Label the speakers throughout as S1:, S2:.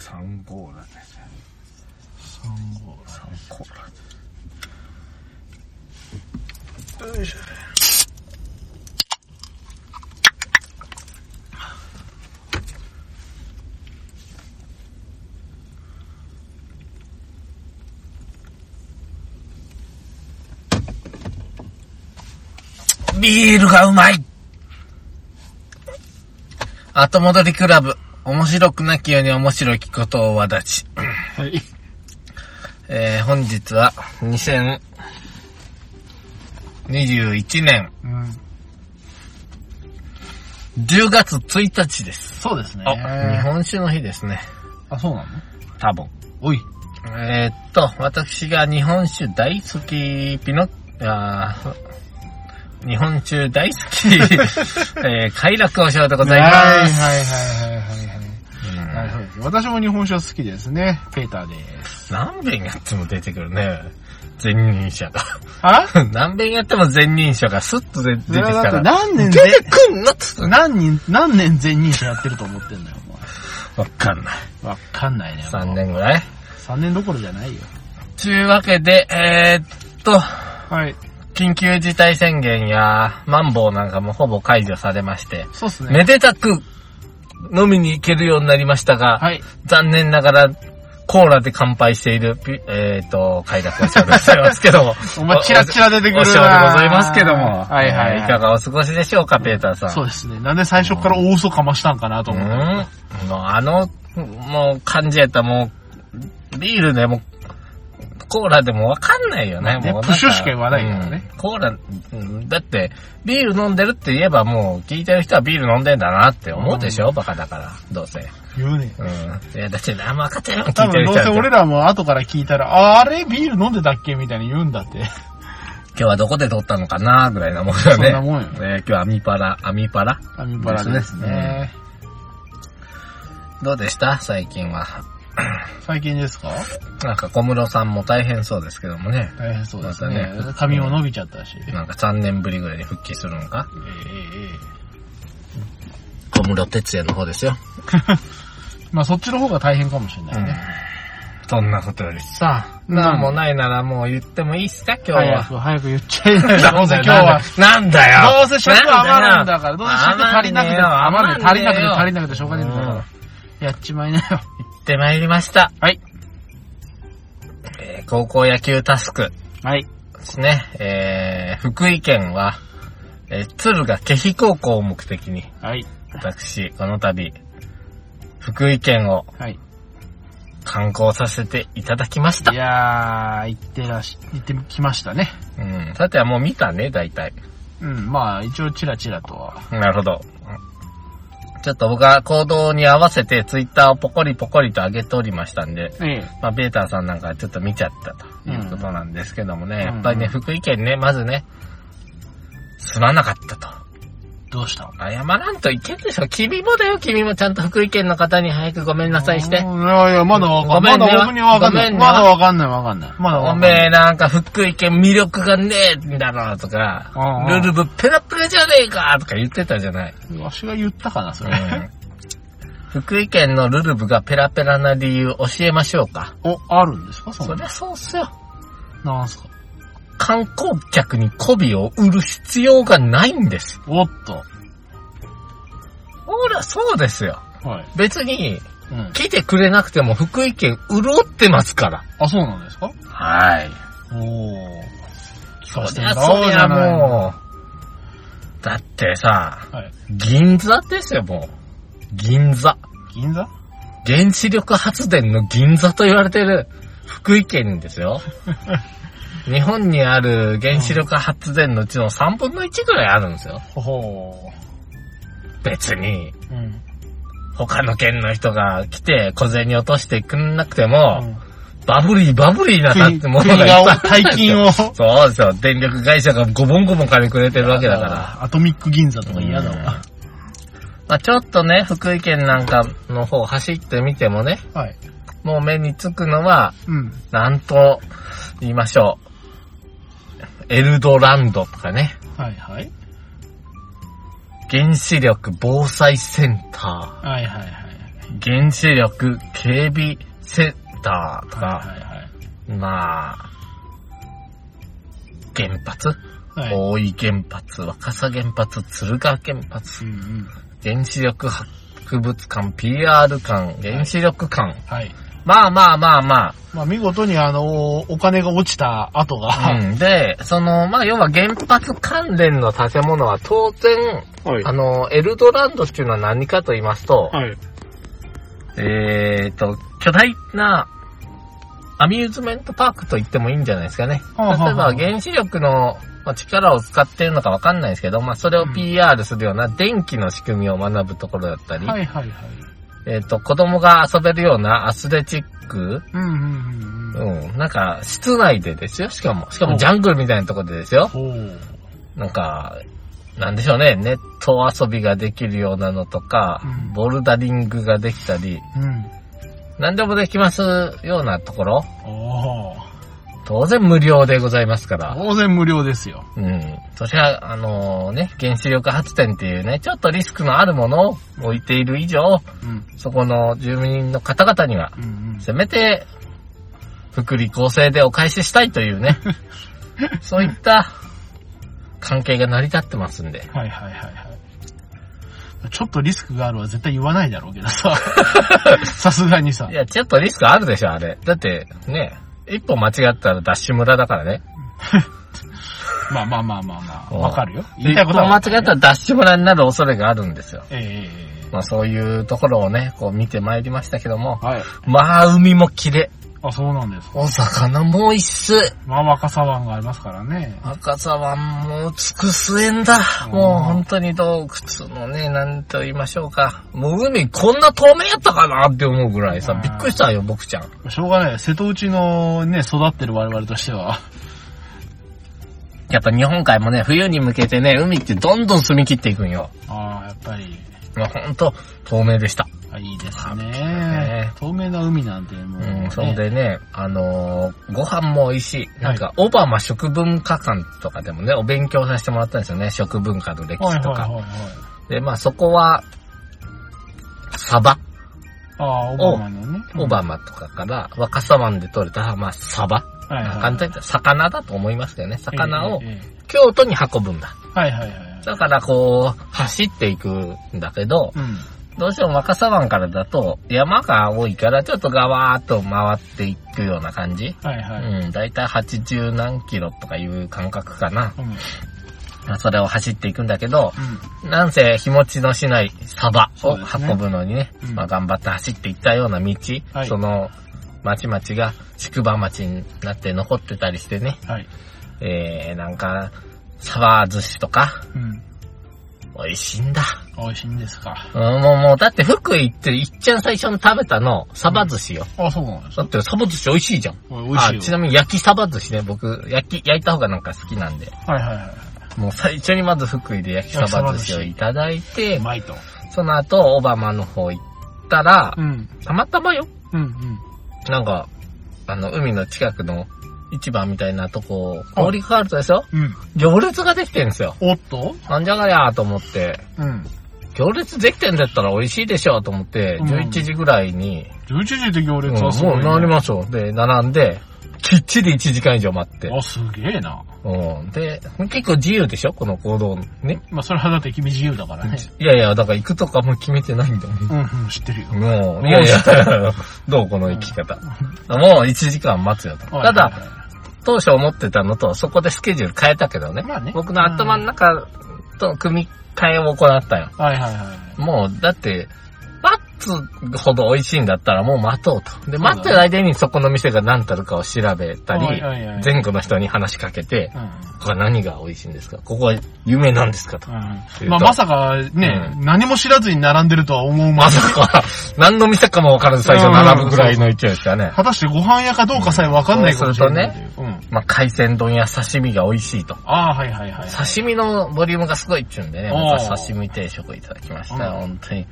S1: 3ゴールですね
S2: 3号
S1: 3ゴールよいしょ
S2: ビールがうまい後戻りクラブ。面白くなきように面白きことをわだち。
S1: はい
S2: えー、本日は2021年
S1: うん
S2: 10月1日です。
S1: そうですね
S2: あ、日本酒の日ですね。
S1: あそうなの
S2: 多分。
S1: おい
S2: えー、っと、私が日本酒大好き、ピノ、あー日本酒大好 き、えー、快楽をしようでございます。
S1: はいはいはいはいはいはい
S2: うん
S1: はいそうです私も日本酒は好きですね。ペーターです。
S2: 何遍やっても出てくるね。前任者が。
S1: あ
S2: 何遍やっても前任者がスッと出出てきたら。
S1: 何年
S2: 出
S1: で、
S2: てくんのつ
S1: 何人、何年前任者やってると思ってんだよ、お
S2: わかんない。
S1: 前。わかんないね。
S2: 3。年ぐらい。
S1: 3年どころじゃないよ。
S2: というわけで、えー、っと、
S1: はい。
S2: 緊急事態宣言や、マンボウなんかもほぼ解除されまして、
S1: そうっすね。
S2: めでたく飲みに行けるようになりましたが、
S1: はい。。
S2: 残念ながら、コーラで乾杯しているピ、えー、っと、快楽をしようでございますけども
S1: お前、チラチラ出てくるな
S2: お世話でございますけども。
S1: はいはい
S2: え
S1: はい
S2: ーいかがお過ごしでしょうか、ペーターさん。
S1: そうですね。なんで最初から大嘘かましたんかなと
S2: うん
S1: 思って。
S2: もうあの、もう感じやったらもう、ビールでも、コーラでもわかんないよね。
S1: ね
S2: もうなんか
S1: プッシュしか言わないからね。
S2: うんコーラ、うんだって、ビール飲んでるって言えばもう、聞いてる人はビール飲んでんだなって思うでしょ、バカだから。どうせ。
S1: 言うね。
S2: うん。いや、だって生分かってるの聞いて
S1: 多分
S2: る
S1: どう
S2: 人
S1: せ
S2: は。
S1: 俺
S2: 今
S1: らも後から聞いたら、あれビール飲んでたっけみたいに言うんだ って。
S2: 日はどこで撮ったのかなぐらいなもんよ
S1: そん
S2: ね。
S1: なもんよ
S2: えー今日はアミパラ、アミパラ
S1: アミバラですね。
S2: どうでした最近は。
S1: 最近ですか
S2: なんか小室さんも大変そうですけどもね。
S1: 大変そうですね
S2: またね。
S1: 髪も伸びちゃったし。え
S2: なんか3年ぶりぐらいに復帰するのか
S1: えええ
S2: 小室哲也の方ですよ。
S1: まあそっちの方が大変かもしれないね。
S2: そんなことよりさ、なんもないならもう言ってもいいっすか、今日
S1: 早
S2: は。
S1: く早く言っちゃいなよ。どうせ今日は。。
S2: なんだよ。
S1: どうせ尺余るんだから、どうせ尺足りなくて、余るんで足りなくて足り
S2: な
S1: なくてしょうがねえんだから。やっちまいなよ。
S2: 行ってまいりました。
S1: はい。
S2: えー高校野球タスク
S1: はい。
S2: ですね。えー、福井県は、えー、鶴が気比高校を目的に、
S1: はい。
S2: 私、この度、福井県を
S1: はい。
S2: 観光させていただきました
S1: い。やー、行ってらし、行ってきましたね。
S2: うん。さてはもう見たね、大体。
S1: うん、まあ一応チラチラとは。
S2: なるほど。ちょっと僕は行動に合わせてツイッターをポコリポコリと上げておりましたんで、
S1: え
S2: まあベーターさんなんかちょっと見ちゃったということなんですけどもね、
S1: うん
S2: やっぱりね、
S1: うん
S2: 福井県ね、まずね、すまなかったと。
S1: どうした
S2: 謝らんといけんでしょ。君もだよ、君もちゃんと福井県の方に早くごめんなさいして
S1: い。やいや、まだわか
S2: ご
S1: ん
S2: め
S1: な
S2: んね
S1: い。まだ僕にはわかんない。
S2: ごめんね
S1: まだわかんないわかんない。まだわ
S2: お
S1: かんない。
S2: めえなんか福井県魅力がねえんだろうとか
S1: うん、うん
S2: ルールブペラペラじゃねえかとか言ってたじゃない。
S1: わしが言ったかな、それ。
S2: 福井県のルルブがペラペラな理由教えましょうか。
S1: お、あるんですかそん
S2: そ
S1: な
S2: りゃそうっすよ。
S1: なんすか
S2: 観光客に媚びを売る必要がないんです。
S1: おっと。
S2: ほら、そうですよ。
S1: はい。
S2: 別に、
S1: うん。
S2: 来てくれなくても福井県潤ってますから。
S1: あ、そうなんですか
S2: はい。
S1: おー。聞
S2: そ
S1: かせて
S2: り
S1: も
S2: ゃ
S1: らお
S2: そう
S1: じ
S2: や
S1: ゃないの
S2: もう。だってさ、
S1: はい。
S2: 銀座ですよ、もう。銀座。
S1: 銀座
S2: 原子力発電の銀座と言われてる福井県です よ。日本にある原子力発電のうちの3分の1ぐらいあるんですよ。
S1: ほほ
S2: 別に、
S1: ー。うん。
S2: 他の県の人が来て小銭落としてくんなくて
S1: う
S2: も、
S1: ん
S2: バブリーバブリー なさっ
S1: 国
S2: てものがいっぱ
S1: 国
S2: い
S1: が
S2: ある
S1: 大
S2: んです
S1: 金
S2: よ。
S1: を。
S2: そうですよ。電力会社がゴボンゴボン金くれてるわけだから。
S1: ら。アトミック銀座とか嫌だわ。
S2: まあちょっとね、福井県なんかの方走ってみてもね、
S1: はい。
S2: もう目につくのは、
S1: うん。
S2: なんと、言いましょう。エルドランドとかね。
S1: はいはい。
S2: 原子力防災センタ
S1: はいはいはい。
S2: ー。原子力警備センターと
S1: は
S2: か、
S1: いはい
S2: まあ、原発、
S1: はい。はい。
S2: 大井原発、若狭原発、鶴ヶ原発、
S1: うんうん。
S2: 原子力博物館、PR 館、原子力館、
S1: はい。
S2: まあまあまあまあ、
S1: まあ見事にあの、お金が落ちた後が、
S2: うん、で、その、まあ、要は原発関連の建物は当然、
S1: はい
S2: あの、エルドランドっていうのは何かと言いますと、
S1: はい。
S2: えーと、巨大なアミューズメントパークと言ってもいいんじゃないですかね。
S1: はあはあはあ
S2: 例えば原子力のまあ力を使ってるのかわかんないですけど、まあ、それを
S1: うん
S2: PR するような電気の仕組みを学ぶところだったり、
S1: はいはいはい。
S2: えーと、子供が遊べるようなアスレチック、
S1: うんうんうんうん。
S2: うん、なんか、室内でですよ、しかも。しかもジャングルみたいなところでですよ。
S1: ほう。
S2: なんか、なんでしょうね、ネット遊びができるようなのとか、
S1: うん
S2: ボルダリングができたり、
S1: うん。
S2: 何でもできますようなところ、
S1: おー
S2: 当然無料でございますから。
S1: 当然無料ですよ。
S2: うん。そりゃ、あのね、原子力発電っていうね、ちょっとリスクのあるものを置いている以上、
S1: うん。
S2: そこの住民の方々には、
S1: うんうん。
S2: せめて、福利厚生でお返ししたいという ね、そういった関係が成り立ってますんで。
S1: はいはいはいはい。ちょっとリスクがあるは絶対言わないだろうけど さ。さすがにさ
S2: い。や、ちょっとリスクあるでしょ、あれ。だって、ね、一歩間違ったらダッシュ村だからね。
S1: まあまあまあまあまあ。
S2: うん
S1: わかるよ。言い
S2: 一
S1: たい
S2: 歩
S1: ことは
S2: 間違
S1: わ
S2: っ
S1: か
S2: た
S1: る
S2: ら
S1: よ。
S2: ダッシュ村になる恐れがあるんですよ。
S1: ええ
S2: まあそういうところをね、こう見てまいりましたけども。
S1: はい。
S2: まあ海も綺麗。
S1: あ、そうなんですか。
S2: お魚も一緒。
S1: まあ若狭湾がありますからね。
S2: 赤沢湾も美すえんだ。もう本当に洞窟のね、なんと言いましょうか。もう海こんな透明やったかなって思うぐらいさ、
S1: うん
S2: びっくりしたよ、僕ちゃん。
S1: しょうがない。瀬戸内のね、育ってる我々としては。
S2: やっぱ日本海もね、冬に向けてね、海ってどんどん澄み切っていくんよ。
S1: ああ、やっぱり。
S2: まあほんと、透明でした。
S1: あいいです
S2: ね
S1: ね。透明な海なんてもう、ね。
S2: うん、そんでね、あのーご飯も美味しい。なんか、オバマ食文化館とかでもね、お勉強させてもらったんですよね、食文化の歴
S1: は
S2: 史
S1: いはい
S2: と
S1: はい
S2: か。
S1: はい。
S2: で、まあそこは、サバ、
S1: ああ、オバマのね。
S2: オバマとかから、若狭湾で取れた、まあサバ、
S1: マ。はいはい。
S2: 簡単に言ったら魚だと思いますけどね、魚を
S1: えええええ
S2: 京都に運ぶんだ。
S1: えはいはいはい。
S2: だからこう、走っていくんだけど、
S1: うん。
S2: どうしても若狭湾からだと、山が多いから、ちょっとガワーっと回っていくような感じ。
S1: はいはい。
S2: うん、だいたい80何キロとかいう感覚かな。
S1: うん。うん。
S2: まあそれを走っていくんだけど、なんせ日持ちのしないサバ
S1: そ
S2: を
S1: うですね
S2: 運ぶのにね、
S1: うん
S2: まあ頑張って走っていったような道、
S1: はい
S2: その町々が宿場町になって残ってたりしてね、
S1: はい。
S2: えー、なんか、サバ寿司とか、
S1: うん。
S2: 美味しいんだ。
S1: 美味しいんですか。
S2: うん、もうもう、だって福井行って、いっちゃん最初に食べたの、サバ寿司よ。
S1: あ、そうなんです
S2: だ
S1: か。
S2: ってサバ寿司美味しいじゃん。
S1: 美味しい
S2: あ、
S1: よ。
S2: ちなみに焼きサバ寿司ね、僕、焼き、焼いた方がなんか好きなんで。
S1: はいはいはい。
S2: もう最初にまず福井で焼きサバ寿司をいただいて
S1: う、まいと。
S2: その後、オバマの方行ったら、
S1: うん。
S2: たまたまよ、
S1: うんうん。
S2: なんか、あの、海の近くの市場みたいなとこ、通りかかるとですよ、
S1: うん。
S2: 行列ができてるんですよ。
S1: おっと
S2: なんじゃがやーと思って、
S1: うん。
S2: 行列できてんだったら美味しいでしょうと思って、
S1: う
S2: 11
S1: ん
S2: 時ぐらいに、
S1: 11時で行
S2: うん
S1: 列
S2: も
S1: はすごい、
S2: う
S1: ね。
S2: 並りますよ。で、並んで、きっちり1時間以上待って。
S1: あ、すげえな。
S2: うん。で、結構自由でしょこの行動ね。
S1: まあ、それはだって君自由だからね。
S2: いやいや、だから行くとかも決めてないんだもん。
S1: うんうん、知ってるよ。
S2: も
S1: う
S2: う、いやいや、 どうこの生き方。もう1時間待つよと。た
S1: はい
S2: だ、
S1: はいはい、
S2: 当初思ってたのと、そこでスケジュール変えたけどね。
S1: まあね
S2: 僕の頭の中と組み替えを行ったよ。
S1: はいはいはい。
S2: もう、だって、待つほど美味しいんだったらもう待とうと。で、
S1: そうだね
S2: 待ってる間にそこの店が何たるかを調べた
S1: はい
S2: り
S1: はいはい、
S2: 全国の人に話しかけて、
S1: うん
S2: ここは何が美味しいんですかここは有名なんですかと。
S1: うん。まあ、まさかね、何も知らずに並んでるとは思う
S2: ま
S1: まで。
S2: さか、何の店かもわからず最初並ぶぐらいの勢いですからね。
S1: 果たしてご飯屋かどうかさえわかんないかもしれないという。うん。
S2: まあ、海鮮丼や刺身が美味しいと。
S1: ああ、はいはいはい。
S2: 刺身のボリュームがすごいっちゅうんでね、
S1: おー
S2: 僕は刺身定食いただきました。
S1: うん
S2: 本当に、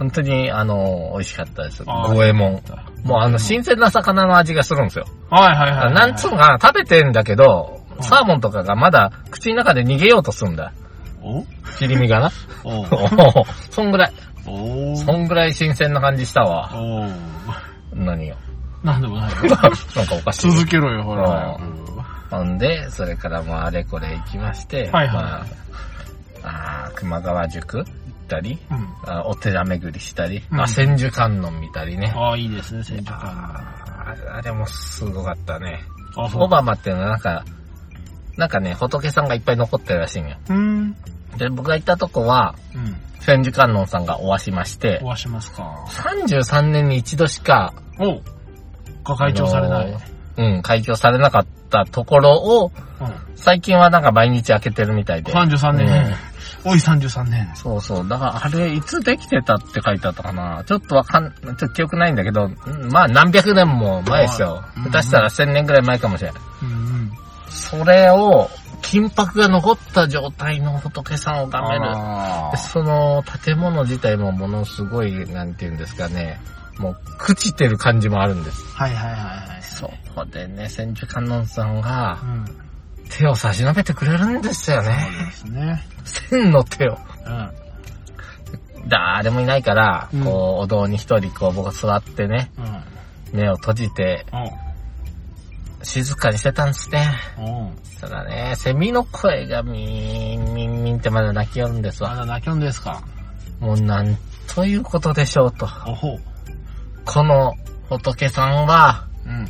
S2: 本当に、あの、美味しかったです。
S1: あー
S2: 五右衛門。もうあの、新鮮な魚の味がするんですよ。
S1: はいはいはいはい。
S2: なんつうのかな、食べてんだけど、
S1: うん
S2: サーモンとかがまだ口の中で逃げようとするんだ。
S1: お
S2: 切り身が な。
S1: お
S2: おーそんぐらい。
S1: お
S2: そんぐらい新鮮な感じしたわ。
S1: お
S2: 何よ。
S1: なんでもないよ。
S2: なんかおかしい。
S1: 続けろよ、ほら。
S2: う
S1: うん
S2: ほんで、それからもうあれこれ行きまして、
S1: はいはい
S2: まあ、あー熊川塾行ったり、
S1: うん。
S2: あお寺巡りしたり、
S1: うん
S2: あ、千手観音見たりね。
S1: ああ、いいですね、千手観
S2: あーあれもすごかったね。
S1: 音。あ、
S2: オ
S1: う。
S2: バマっていうのはなんか、なんかね、仏さんがいっぱい残ってるらしいんよ。
S1: うん。
S2: で、僕が行ったとこは、
S1: うん。
S2: 千手観音さんがお会いしまして
S1: お、わしますか。
S2: 33年に一度しか、
S1: おうが会長されない。
S2: あのーうん、開業されなかったところを、最近はなんか毎日開けてるみたい
S1: うん。
S2: で。
S1: 33
S2: うん
S1: 年。おい33年。
S2: そうそう。だから、あれ、いつできてたって書いてあったかな。ちょっとわかん、ちょっと記憶ないんだけど、うんまあ何百年も前ですよ
S1: う。ん
S2: 下手したら千年くらい前かもしれん。
S1: うんうん。
S2: それを、金箔が残った状態の仏さんをがめる。
S1: あ
S2: でその建物自体もものすごい、なんていうんですかね。もう、朽ちてる感じもあるんです。
S1: ーはいはいはいはい。
S2: そこでね、千手観音さんが
S1: うん。
S2: 手を差し伸べてくれるんですよね。
S1: そうですね。
S2: 千の手を。
S1: うん。
S2: 誰もいないから、
S1: うん
S2: こう、お堂に一人、こう、僕は座ってね、
S1: うん。
S2: 目を閉じて、静かにしてたんですね。
S1: おう。おう。
S2: ただね、セミの声がミーン、ミンミンってまだ泣きよるんです
S1: ま
S2: わ。
S1: だ泣きょんですか。
S2: もうなんということでしょうと。
S1: おほう。
S2: この仏さんは、
S1: うん。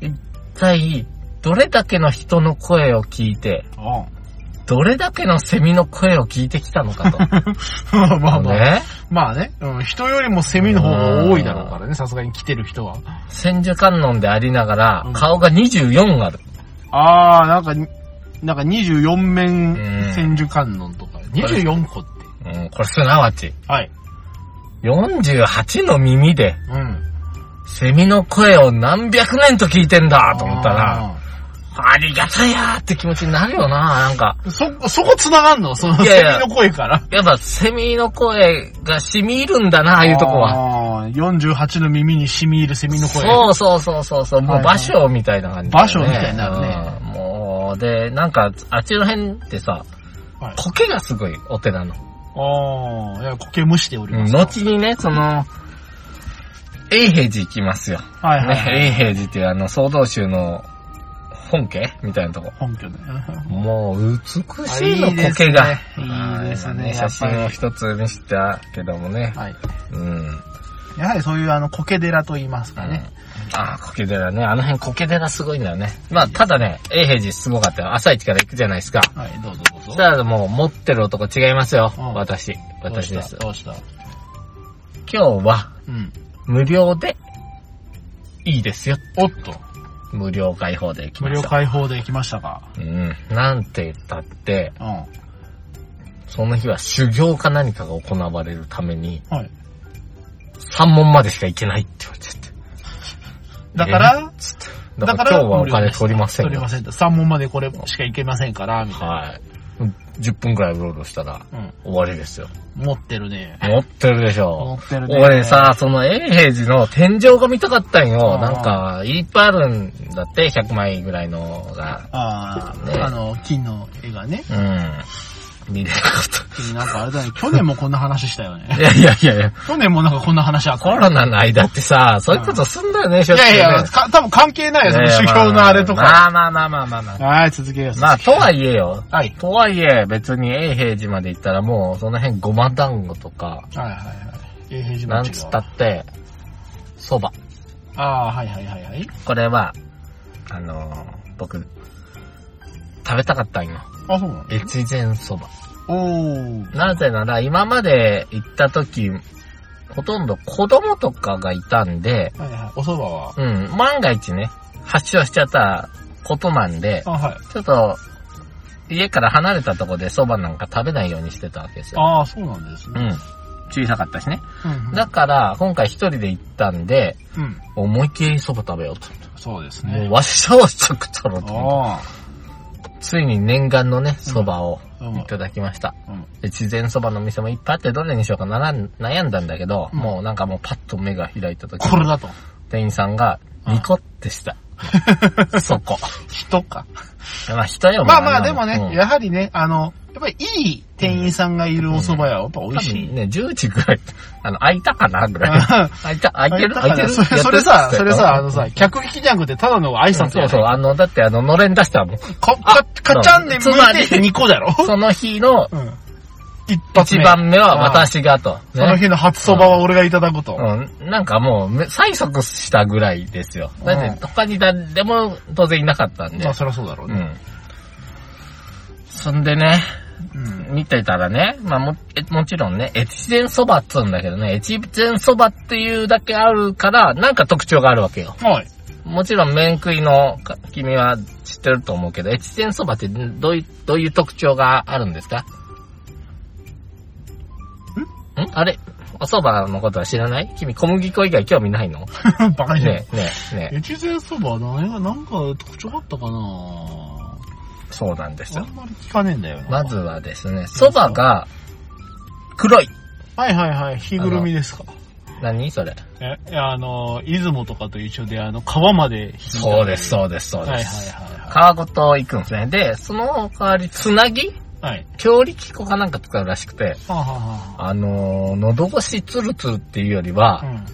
S2: 一体、どれだけの人の声を聞いて、
S1: おう。
S2: どれだけのセミの声を聞いてきたのかと。
S1: まあまあまあ。
S2: ね。
S1: まあね。うん。人よりもセミの方が多いだろうからね、さすがに来てる人は。
S2: 千手観音でありながら
S1: う、ん
S2: 顔が24ある。
S1: あー、なんかに、なんか24
S2: うん
S1: 面千手観音とか、24個って。
S2: うん、これすなわち、
S1: はい。
S2: 48の耳で、
S1: うん。
S2: セミの声を何百年と聞いてんだと思ったら、
S1: あ
S2: ありがたやーって気持ちになるよななんか。
S1: ー。そ、そこ繋がんのその
S2: いやいや
S1: セミの声から。
S2: やっぱセミの声が染み入るんだなああいうとこは。
S1: は。48の耳に染み入るセミの声。
S2: そうそうそうそうそう、もう
S1: はいは
S2: 場
S1: い
S2: 所みたいな感じ、
S1: 芭蕉みたいになるね
S2: うん。もう、で、なんか、あっちの辺ってさ、
S1: はい
S2: 苔がすごい、お寺の。
S1: あー、いや、苔蒸しております。
S2: 後にね、その、永平寺行きますよ。
S1: はいはいはい。
S2: ね、永平寺っていうあの、総道宗の本家みたいなとこ。
S1: 本拠ね。
S2: もう、美しいの、
S1: あいいですね
S2: 苔が。
S1: いいですね
S2: あー今写
S1: やっぱり
S2: 真を一つ見せたけどもね。
S1: はい。
S2: うん。
S1: やはりそういうあの、苔寺と言いますか
S2: ね
S1: ね。、
S2: ああ、苔寺ね。あの辺苔寺すごいんだよね。まあ、ただね、永平寺すごかったよ。朝一から行くじゃないですか。
S1: はい、どうぞどう
S2: そ
S1: ぞ
S2: し。たらもう持ってる男違いますよ。
S1: うん
S2: 私。私です。
S1: どうしたどうし
S2: 今日は
S1: たうん。
S2: 無料でいいですよ。
S1: おっと。
S2: 無料開放で行き
S1: 無
S2: ま
S1: 料
S2: しょ
S1: 開放で行きましたか。
S2: う。うん。なんて言ったって、
S1: うん。はい。
S2: その日は修行か何かが行われるために、3問までしか行けないって言われちゃって。
S1: だから、
S2: だから今日はお金取りません
S1: 取り
S2: よ
S1: ま。せんと。3問までこれしか行けませんから、みたいな。
S2: はい。10分くらいうろうろしたら
S1: うん。
S2: 終わりですよ。
S1: 持ってるね。
S2: 持ってるでしょ
S1: 持。ってるね。
S2: 俺、さ、その永平寺の天井が見たかったんよ。
S1: あー
S2: なんか、いっぱいあるんだって、100枚ぐらいのが。
S1: あ
S2: ね
S1: あ、あの、金の絵がね。
S2: うん。見れなかっ
S1: 君なんかあれだね、去年もこんな話したよね
S2: た。。いやいやいやいや、
S1: 去年もなんかこんな話あった
S2: コ。ロナの間ってさ、そういうことすんだよね、しょ
S1: い
S2: っちゅう
S1: や
S2: ね。
S1: いや、か多分関係ないよ、その
S2: ね
S1: 修行のあれとか。
S2: まあまあまあまあまあまあ。
S1: はい、続けよう。
S2: まあ、とはいえよ。
S1: はい。
S2: とはいえ、別に永平寺まで行ったらもう、その辺ごま団子とか、
S1: はいはいはい。永平寺
S2: なん
S1: 町
S2: つ
S1: が
S2: ったって、蕎麦。
S1: ああ、はいはいはいはい。
S2: これは、あのー僕、食べたかったんよ。
S1: あ、そうなの
S2: 越前蕎麦。
S1: おー。
S2: なぜなら、今まで行った時、ほとんど子供とかがいたんで、
S1: はいはい。お蕎麦は
S2: うん、万が一ね、発症しちゃったことなんで、
S1: あ、はい。
S2: ちょっと、家から離れたとこで蕎麦なんか食べないようにしてたわけですよ。
S1: ああ、そうなんです
S2: う
S1: ね。
S2: ん。小さかったしね。
S1: うん
S2: だから、今回一人で行ったんで、
S1: うん。うん。
S2: 思いっきり蕎麦食べようと。
S1: そうです
S2: も
S1: ね
S2: う。わっしゃわっしゃ食ったろうと思って。
S1: あ
S2: ついに念願のね、蕎麦を
S1: あ。うん
S2: いただきました。
S1: うん。
S2: で自然蕎麦の店もいっぱいあってどれにしようかなら悩んだんだけど、
S1: うん
S2: もうなんかもうパッと目が開いた時
S1: これだと。
S2: 店員さんがニコって した。そこ。
S1: 人か。
S2: まあ人よ
S1: まあまあ、でも
S2: う
S1: ね、
S2: ん
S1: やはりね、あの、っぱりいい店員さんがいるお蕎麦屋はやっぱ美
S2: 多
S1: 味しい。
S2: 分ね、10時ぐらい、あの、空いたかなぐらい。空いた、空いてる
S1: だ
S2: 空
S1: か
S2: いて
S1: ら
S2: る
S1: それそれ
S2: やっ
S1: さ、
S2: てる
S1: それさ、あのさ、客引きじゃなくてただの挨拶
S2: そ
S1: や
S2: うそう、
S1: ね
S2: あの、だってあの、のれん出したらもう、
S1: か、か、かちゃんで向いて2個だろ
S2: その日の
S1: うん。一発
S2: 一
S1: 目。
S2: 番目は私がと。
S1: その
S2: ね。
S1: 日の初蕎麦は俺がいただくと。
S2: うん、なんかもうめ、催促したぐらいですよ。だ
S1: う
S2: っ
S1: ん
S2: て、他に誰も当然いなかったんで
S1: まあ。そりゃそうだろう
S2: う
S1: ね。
S2: ん。そんでね、
S1: うん。
S2: 見てたらね、まあも、えもちろんね、越前そばっつうんだけどね、越前そばっていうだけあるから、なんか特徴があるわけよ。
S1: はい。
S2: もちろん麺食いのか君は知ってると思うけど、越前そばってどういう、どういう特徴があるんですかんあれお蕎麦のことは知らない君小麦粉以外興味ないの
S1: バカにしない
S2: ねえ、ねえ、ねえ。
S1: 越前そばは何が、なんか特徴あったかな
S2: そうなんです
S1: あ
S2: よ。
S1: んまり聞かねえんだよな。
S2: まず。はですね、蕎麦が黒い。
S1: はいはいはい、日ぐるみですか。
S2: 何それ。
S1: え、いやあの、出雲とかと一緒で、あの、川まで引いた
S2: そうです、そうです、そう
S1: はいは
S2: で
S1: い
S2: す。
S1: は
S2: 皮ごと行くんですね。で、その代わり、つなぎ
S1: いはい。はい。
S2: 強力粉かなんか使うらしくて、
S1: はあは
S2: あのー、喉越しツルツルっていうよりは
S1: あ、はあ。うん。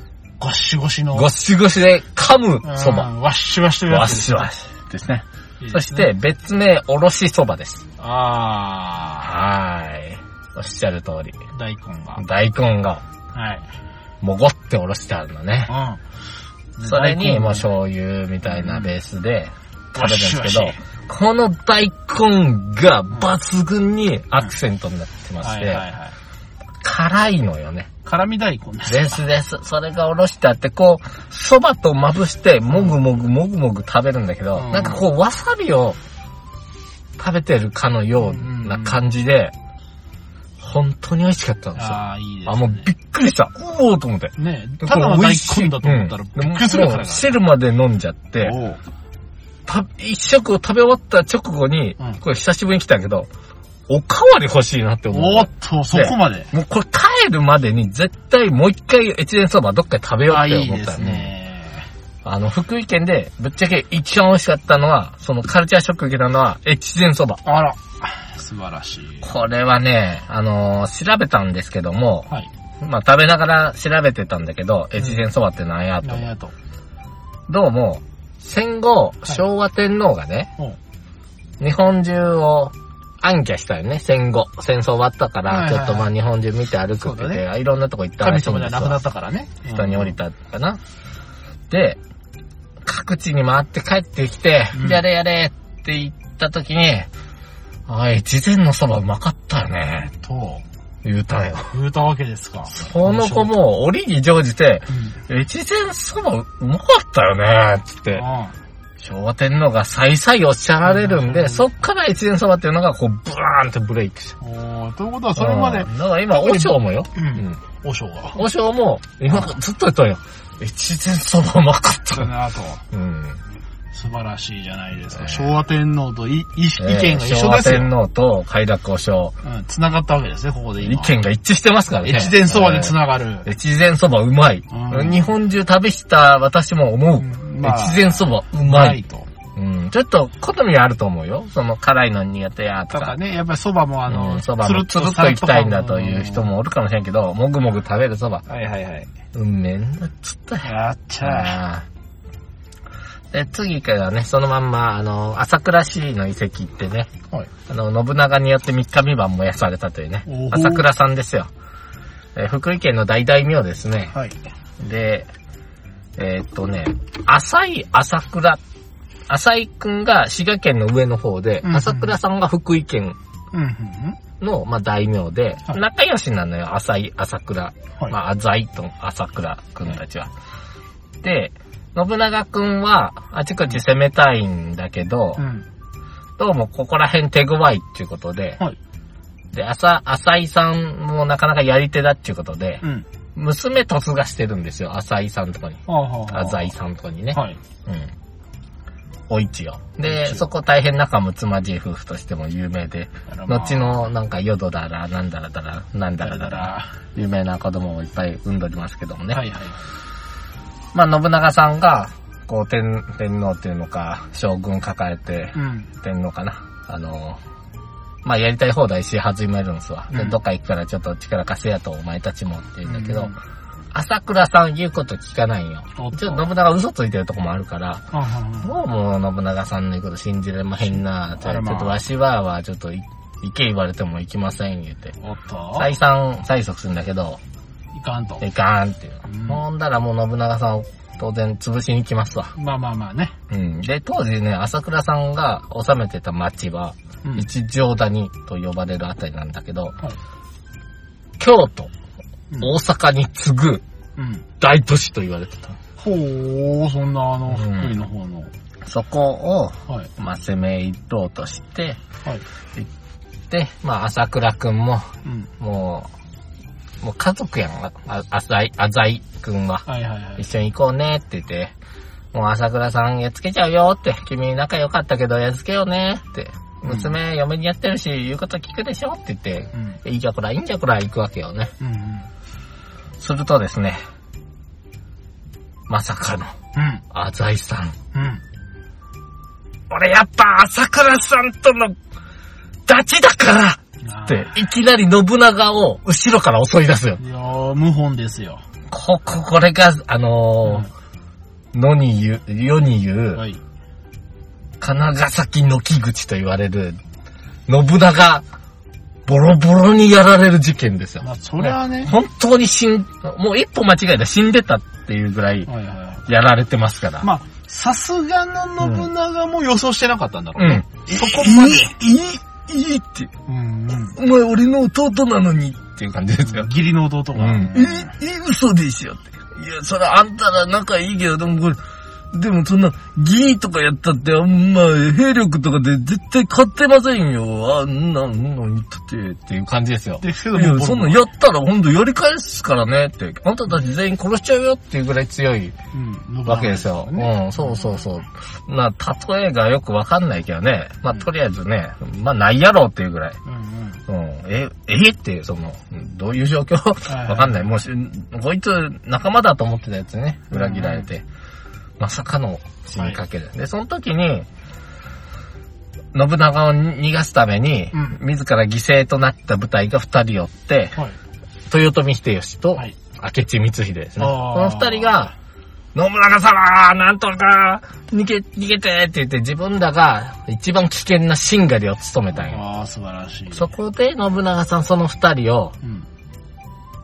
S1: ゴシゴシの。
S2: ゴシゴシで噛むそば。
S1: ば。ワッシュワッシュの
S2: わ
S1: や
S2: っ
S1: つです
S2: し
S1: ね。
S2: わし。ですね。
S1: いい
S2: そ
S1: で
S2: し
S1: す
S2: て
S1: ね、、
S2: 別名、おろしそばです。
S1: あ
S2: はーい。おっしゃる通り。
S1: ー、大根が。
S2: 大根が、
S1: はい。
S2: もごっておろしてあるのね。
S1: うん。
S2: それに、もう
S1: う
S2: 醤油みたいなベースで食べるんですけ
S1: わっしわ
S2: ど
S1: し、
S2: この大根が抜群にアクセントになってまし
S1: はい
S2: て、
S1: はいはい。
S2: 辛いのよね。
S1: 辛味大根です。
S2: ですです。それがおろしてあって、こう、蕎麦とまぶして、もぐもぐもぐもぐ食べるんだけど、
S1: うん
S2: なんかこう、わさびを食べてるかのような感じで、本当に美味しかったんですよ。あ
S1: ああ、いいですね。
S2: もうびっくりした。おおと思って。
S1: ねただの
S2: 美
S1: 大
S2: 味しい
S1: 根だと思ったら、び
S2: うん
S1: っくりするから
S2: もう
S1: な。
S2: 汁まで飲んじゃって、
S1: おう
S2: た一食を食べ終わった直後に、
S1: うん
S2: これ久しぶりに来たけど、おかわり欲しいなって思
S1: おー
S2: う
S1: っ。と、そこまで。
S2: もうこれ帰るまでに絶対もう一回越前そばどっかで食べよう
S1: あ
S2: って
S1: いい
S2: 思っ
S1: で
S2: た
S1: す
S2: の
S1: ね。
S2: あの、福井県で、ぶっちゃけ一番美味しかったのは、そのカルチャーショック受けたのは、越前そば。
S1: あら、素晴らしい。
S2: これはね、あのー調べたんですけども、
S1: はい。
S2: まあ食べながら調べてたんだけど、越前そばってなんやと
S1: なん。やと。
S2: どうも、戦後、昭和天皇がね、
S1: おう
S2: 日本中を暗記したよね、戦後。戦争終わったか
S1: は
S2: ら、
S1: いはい
S2: ちょ
S1: はい
S2: っとまあ日本中見て歩くって
S1: そう
S2: 言
S1: だ
S2: って、いろんなとこ行ったら
S1: 神
S2: しいん
S1: 様
S2: です
S1: じゃ
S2: よ
S1: なくなったからね。
S2: 人に降りたかな。で、各地に回って帰ってきて、
S1: うん
S2: やれやれって言った時に、あい、事前のそばうまかったよね、
S1: うん。と、
S2: 言うたんよ。
S1: 言うたわけですか。
S2: この子も折に乗じて、
S1: うん。
S2: 越前そばうまかったよね、つって、
S1: あ
S2: 昭和天皇がさいさいおっしゃられるん
S1: う
S2: で、
S1: ん
S2: そっから越前そばっていうのがこう、ブワーンってブレイクした。
S1: あ。おーということは、それまで
S2: う、んだから今、和尚もよ。
S1: う。
S2: うんん。
S1: おしょうが。
S2: 和尚も、今ずっと言ったんよ。越前そばうまかった
S1: そ
S2: よ
S1: の後、
S2: うん。
S1: 素晴らしいじゃないです
S2: え
S1: か。
S2: え
S1: 昭和天皇とい意意
S2: えー
S1: 見が一緒です
S2: 昭和天
S1: よ。
S2: 皇と快楽交渉。
S1: うん。繋がったわけですね、ここで今。
S2: 意見が一致してますからね。
S1: 越前そばで
S2: な
S1: 繋がる。
S2: 越前そばうまい。
S1: うん
S2: 日本中旅した私も思う。
S1: うん
S2: 越前そばう
S1: な
S2: ま
S1: い
S2: い。
S1: と。
S2: うん。ちょっと好みはあると思うよ。その辛いの苦手やと
S1: ただ
S2: か。
S1: ね、やっぱりそばもあ
S2: う
S1: の、
S2: んそばもつるっと行きたいんだという人。もおるかもしれんけど、もぐもぐ食べるそば。
S1: はいはいはい。
S2: うん、めんなっつったよ。
S1: やっちゃ
S2: うんで、次からね、そのまんま、あの、朝倉市の遺跡ってね、
S1: え。はい。
S2: あの、信長によって三日三晩燃やされたというね
S1: お、ほ
S2: 朝倉さんですよ。えー福井県の大大名ですね。
S1: はい。
S2: で、えーっとね、浅井朝倉、浅井くんが滋賀県の上の方で
S1: う、んうん
S2: 朝倉さんが福井県
S1: うん、うん、
S2: の、まあ、大名で、
S1: はい
S2: 仲良しなのよ、浅井朝倉。
S1: はい
S2: まあ、浅井と朝倉くんたちは。で、信長くんは、あちこち攻めたいんだけど、
S1: うん。うん。
S2: どうもここら辺手強いっていうことで、
S1: はい
S2: で、浅、浅井さんもなかなかやり手だっていうことで、
S1: うん。
S2: 娘嫁がしてるんですよ、浅井さんとこに。
S1: はあはあはあ
S2: 浅井さんとこにね。
S1: はい。
S2: うん。お市を。
S1: お
S2: で、
S1: 市を
S2: そこ大変仲睦まじい夫婦としても有名で、後、のなんか淀だら、なんだらだら、なんだ
S1: だ
S2: らだら、
S1: らだら。
S2: 有名な子供をいっぱい産んでおりますけどもね。
S1: はいはい。
S2: まあ、信長さんが、こう、天、天皇っていうのか、将軍抱えて、
S1: うん。
S2: 天皇かな。あの、まあやりたい放題し始めるんですわ。で
S1: うん
S2: どっか行くからちょっと力貸せやとお前たちもって言うんだけど、
S1: うん
S2: 朝倉さん言うこと聞かないんよ。
S1: おっと
S2: ちょっと信長嘘ついてるとこもあるから、
S1: ああ
S2: どうも信長さんの言うこと信じれまへんな、ち
S1: あ
S2: ょ
S1: ら
S2: っ
S1: まあ
S2: とわしははちょっとい行け言われても行きません言って。
S1: おっと、
S2: 再三催促するんだけど、
S1: いかんと。
S2: でガーンっていう
S1: うん。
S2: ほんだらもう信長さんを当然潰しに来ますわ。
S1: まあまあまあね。
S2: うん。で、当時ね、朝倉さんが治めてた町は、
S1: うん。
S2: 一条谷と呼ばれるあたりなんだけど、
S1: はい
S2: 京都、
S1: うん
S2: 大阪に次ぐ
S1: うん。
S2: 大都市と言われてた。
S1: ほう、そんなあの、
S2: うん
S1: 福井の方の。
S2: そこを、
S1: はい。
S2: まあ、攻め入ろうとして、
S1: はい。
S2: で、まあ、朝倉くんも、
S1: うん。
S2: もう、もう家族やん、あ、あ浅井、浅井くんは。
S1: はいはいはい。
S2: 一緒に行こうねって言って、もう朝倉さんやっつけちゃうよって、君仲良かったけどやっつけようねって、
S1: うん
S2: 娘、嫁にやってるし、言うこと聞くでしょって言って、
S1: うん。
S2: いいじゃこら、いいんじゃこら、行くわけよね。
S1: うん。うん。
S2: するとですね、まさかの、
S1: うん。
S2: 浅井さん。
S1: うん。
S2: 俺やっぱ朝倉さんとの、ダチだからっ
S1: あー
S2: て、いきなり信長を後ろから襲い出すよ。
S1: いやー、無本ですよ。
S2: ここ、これが、あのー、のに言う、世に言う、
S1: はい。
S2: 神奈川崎の木口と言われる、信長、ボロボロにやられる事件ですよ。
S1: まあ、それはね。
S2: 本当に死ん、もう一歩間違えたら死んでたっていうぐらい
S1: はいはいはい。
S2: やられてますから。
S1: まあ、さすがの信長も予想してなかったんだろうね。そこま
S2: い
S1: で。
S2: い、いい、いいって、
S1: うんうん。
S2: お前俺の弟なのにっていう感じですよ。
S1: 義理の弟が。
S2: うん。え、え、嘘でしょって。いや、それあんたら仲いいけど、でもこれ、でもそんな、ギーとかやったって、あんま兵力とかで絶対勝ってませんよ。あんな、んな言ったって、っていう感じですよ。
S1: ですけ
S2: い
S1: ども
S2: や、
S1: う、
S2: そんなんやったら本当やり返すからねって、あんたたち全員殺しちゃうよっていうぐらい強い
S1: うん、
S2: わけですよ。
S1: ね
S2: うん、そうそうそう。まあ、例えがよくわかんないけどね。まあ、とりあえずね、まあ、ないやろうっていうぐらい。
S1: うんうん。
S2: うん、え、えって、その、どういう状況
S1: い
S2: わかんない。もうし、こいつ仲間だと思ってたやつね、裏切られて、まさかの死にかける。で、その時に、信長を逃がすために、
S1: うん
S2: 自ら犠牲となった部隊が二人おって、
S1: はい。
S2: 豊臣秀吉と
S1: はい
S2: 明智光秀ですね。
S1: あ
S2: こ
S1: ー
S2: の二人が、信長様なんとか逃げ、逃げてって言って自分らが一番危険なシンガリを務めたんよ。
S1: ああ、素晴らしい。
S2: そこで信長さんその二人を
S1: うん。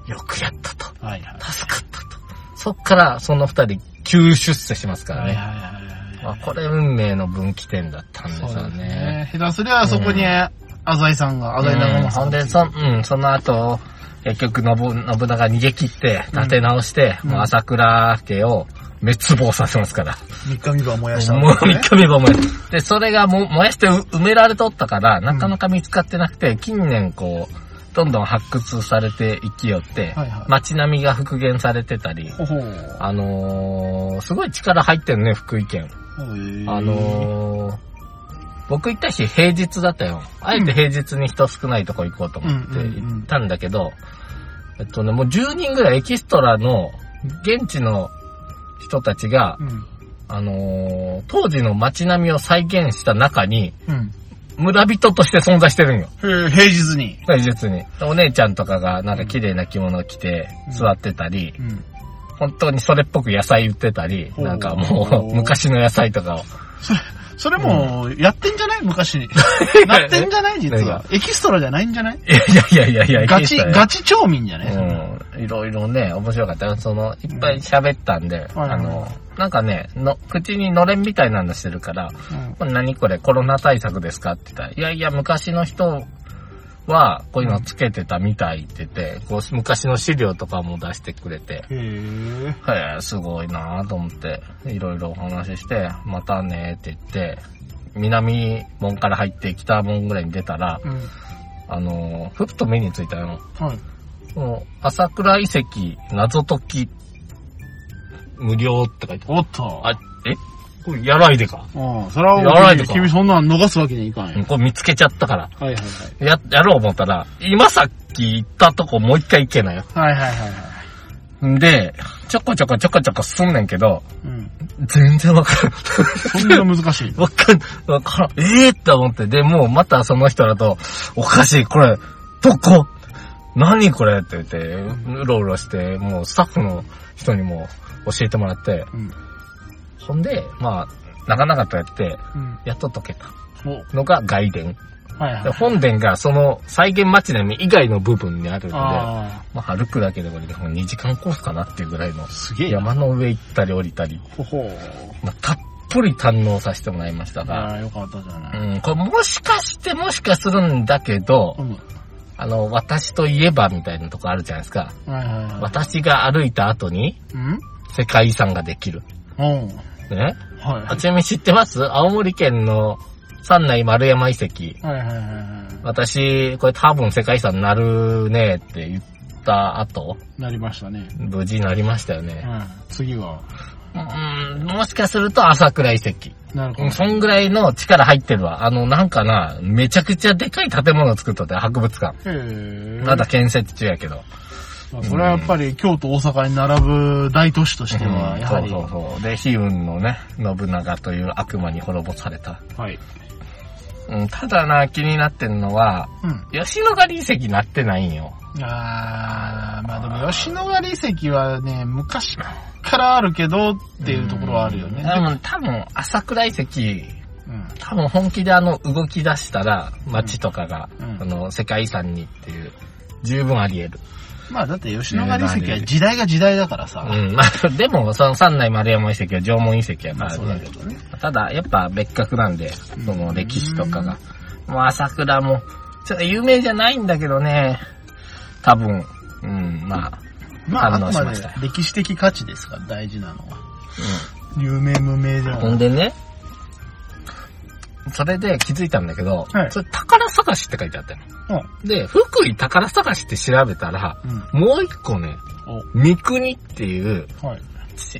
S2: よくやったと。
S1: はいはい。
S2: 助かったと。そっからその二人急出世しますから
S1: はいはい
S2: ね。
S1: はい
S2: ま
S1: は
S2: あ、これ運命の分岐点だったんで
S1: い。
S2: す
S1: そう
S2: よ
S1: です
S2: ね。
S1: ね。下手すりゃ、そこに、浅井さんが、浅井長
S2: うん
S1: 政さ
S2: ほん
S1: ん
S2: で、
S1: が。
S2: そ、うん、その後、結局信、信長逃げ切って、立て直して、
S1: うん
S2: もう朝倉家を滅亡させますから。
S1: 三日三晩燃やした
S2: もう
S1: ね
S2: 三日三晩燃やす。で、それがも燃やして埋められとったから、なかなか見つかってなくて、近年こう、どんどん発掘されていきよって、
S1: はいはい
S2: 街並みが復元されてたり、
S1: ほほう。
S2: あのー、すごい力入ってるね、福井県。あのー、僕行ったし平日だったよ。あえて平日に人少ないとこ行こうと思って
S1: うんうんうんうん
S2: 行ったんだけど、えっとね、もう10人ぐらいエキストラの現地の人たちが、
S1: うん。
S2: あのー当時の街並みを再現した中に、
S1: うん。
S2: 村人として存在してるんよ。
S1: へー平日に。
S2: 平日に。お姉ちゃんとかがなんか綺麗な着物を着て
S1: うん
S2: 座ってたり、
S1: うん。
S2: 本当にそれっぽく野菜売ってたり、
S1: ほう
S2: なんかもう昔の野菜と かを。
S1: それもう、やってんじゃない 昔に。なってんじゃない実
S2: 何
S1: は
S2: が。
S1: エキストラじゃないんじゃない
S2: いやいやいやいや、
S1: ガ
S2: エキ
S1: チ、
S2: ストラよ
S1: ガチ町民じゃね
S2: うん。いろいろね、面白かったよ。その、いっぱい喋ったんで、
S1: はい
S2: あの、なんかね、の、口にのれんみたいなのしてるから、
S1: うん
S2: これ何これコロナ対策ですかって言ったら、いやいや、昔の人は、こういうのつけてたみたいって言って、こう、昔の資料とかも出してくれて、
S1: へえ。
S2: へえ、すごいなぁと思って、いろいろお話しして、またねって言って、南門から入って北門ぐらいに出たら、
S1: うん。
S2: あの、ふっと目についたの。
S1: はい。
S2: この朝倉遺跡謎解き無料って書いてある。
S1: おっと。
S2: あ、えこれやらいでか。
S1: うん。それは
S2: やら
S1: も、
S2: いうとか
S1: 君そんなん逃すわけにはいかんよ。
S2: これ見つけちゃったから。
S1: はいはい
S2: や、やろう思ったら、今さっき行ったとこもう一回行けなよ。
S1: はい。はいはいはいはい。
S2: んで、ちょこちょこちょこちょこすんねんけど、
S1: うん。
S2: 全然わからん。。
S1: そんな難しい
S2: わかん、わからん。ええー、って思って。で、もうまたその人らと、おかしい、これ、どこ何これって言って、うろうろして、もうスタッフの人にも教えてもらって、
S1: うん。
S2: ほんで、まあ、長々とやって、
S1: うん。
S2: やっと解けた
S1: お、
S2: のが外伝。
S1: はいはい
S2: で。本殿がその再現町並み以外の部分にあるので、
S1: あ
S2: まあ歩くだけでこれでも2時間コースかなっていうぐらいの
S1: あ、、すげえな。
S2: 山の上行ったり降りたり、
S1: ほほう。
S2: まあ、たっぷり堪能させてもらいましたが、
S1: ああ、よかったじゃない。
S2: うん、これもしかしてもしかするんだけど
S1: う、ん。
S2: あの、私といえばみたいなとこあるじゃないですか。
S1: はいはいは
S2: 私が歩いた後に
S1: い。うん
S2: 世界遺産ができる。
S1: うん。
S2: ね。
S1: は
S2: あちなみに知ってます青森県の三内丸山遺跡。
S1: い。はいはいはいは
S2: 私、これ多分世界遺産になるねって言った後、
S1: い。なりましたね。
S2: 無事になりましたよ
S1: う
S2: ね。
S1: ん。次は、
S2: うん、もしかすると朝倉遺跡。
S1: なるほ
S2: うん
S1: ど。
S2: そんぐらいの力入ってるわ。あの、なんかな、めちゃくちゃでかい建物を作っとって、博物館。
S1: へえ。
S2: まだ建設中やけど。
S1: まあそれはやっぱり京都、大阪に並ぶ大都市としては、やはり、
S2: そうそうそう。で、悲運のね、信長という悪魔に滅ぼされた。
S1: はい。
S2: うん、ただな、気になってんのは、
S1: うん。
S2: 吉野ヶ里遺跡なってないんよ。
S1: あー、まあでも吉野ヶ里遺跡はね、昔からあるけどっていうところはあるよね。
S2: でも多分、朝倉遺跡、
S1: うん。
S2: 多分本気であの、動き出したら、町とかが、
S1: うん
S2: あの、世界遺産にっていう、十分あり得る。
S1: まあだって吉野ヶ里遺跡は時代が時代だからさ。
S2: うん、まあ、でも、その三内丸山遺跡は縄文遺跡やか
S1: まあ
S2: ら
S1: そうだけどね。
S2: ただ、やっぱ別格なんで、
S1: うん
S2: その歴史とかが。もう朝倉も、ちょっと有名じゃないんだけどね、多分、うん、まあ、
S1: まああ
S2: 反応
S1: く
S2: し
S1: ま
S2: ま
S1: で
S2: した
S1: 歴史的価値ですから大事なのは。有名無名で
S2: うん。
S1: は
S2: ほ
S1: なんい。
S2: でね、それで気づいたんだけど、
S1: はい
S2: それ宝探しって書いてあったの。で、福井宝探しって調べたら、
S1: うん。うん。
S2: もう一個ね、三国っていう
S1: お、はい。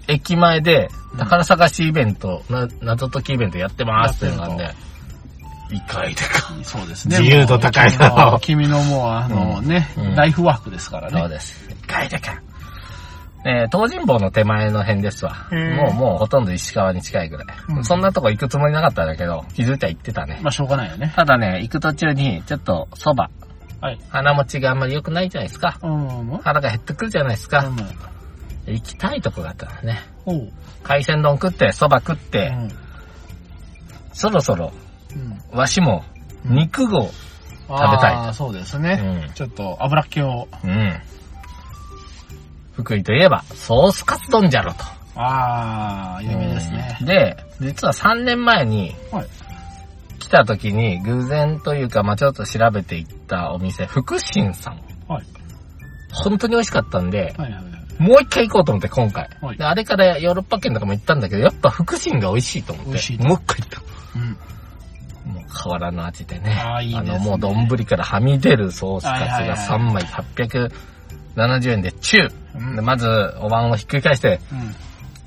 S2: 駅前で
S1: うん
S2: 宝探しイベント、な謎解きイベントやってますっていうのがあっ、
S1: やって
S2: 異界でか。
S1: そうですね。
S2: 自由度高いな
S1: もう君の君のもうあのね
S2: うん、
S1: ライフワークですから
S2: そう
S1: ね。
S2: です。一回だけ。えー、東尋坊の手前の辺ですわ。
S1: へー
S2: もう、もうほとんど石川に近いぐらい。
S1: うん
S2: そんなとこ行くつもりなかったんだけど、気づいたら行ってたね。
S1: まあしょうがないよね。
S2: ただね、行く途中に、ちょっと蕎麦、
S1: はい。
S2: 鼻持ちがあんまり良くないじゃないですか。
S1: うん。うん。
S2: 腹が減ってくるじゃないですか。行きたいとこがあったんだね。
S1: おう。
S2: 海鮮丼食って、蕎麦食っ
S1: う
S2: て、
S1: ん。
S2: そろそろ、
S1: うん。
S2: わしも、肉を、食べたい
S1: ああ、そうです
S2: う
S1: ね。
S2: ん、
S1: ちょっと油っ気を。
S2: うん。福井といえば、ソースカツ丼じゃろと。
S1: ああ、有名ですね
S2: う。んで、実は3年前に
S1: はい。
S2: 来た時に偶然というか、まあちょっと調べていったお店、福神さん。
S1: はい。
S2: 本当に美味しかったんで、
S1: はいはいはい。
S2: もう一回行こうと思って、今回。
S1: はい
S2: であれからヨーロッパ圏とかも行ったんだけど、やっぱ福神が美味しいと思って、
S1: 美味しいと
S2: もう一回行った。
S1: うん。
S2: もう変わらぬ味でね。
S1: あーいいですね
S2: の、もう丼からはみ出るソースカツ
S1: はいはいは
S2: が
S1: い
S2: 3枚870円で中。
S1: うん
S2: でまず、お椀をひっくり返して、
S1: うん。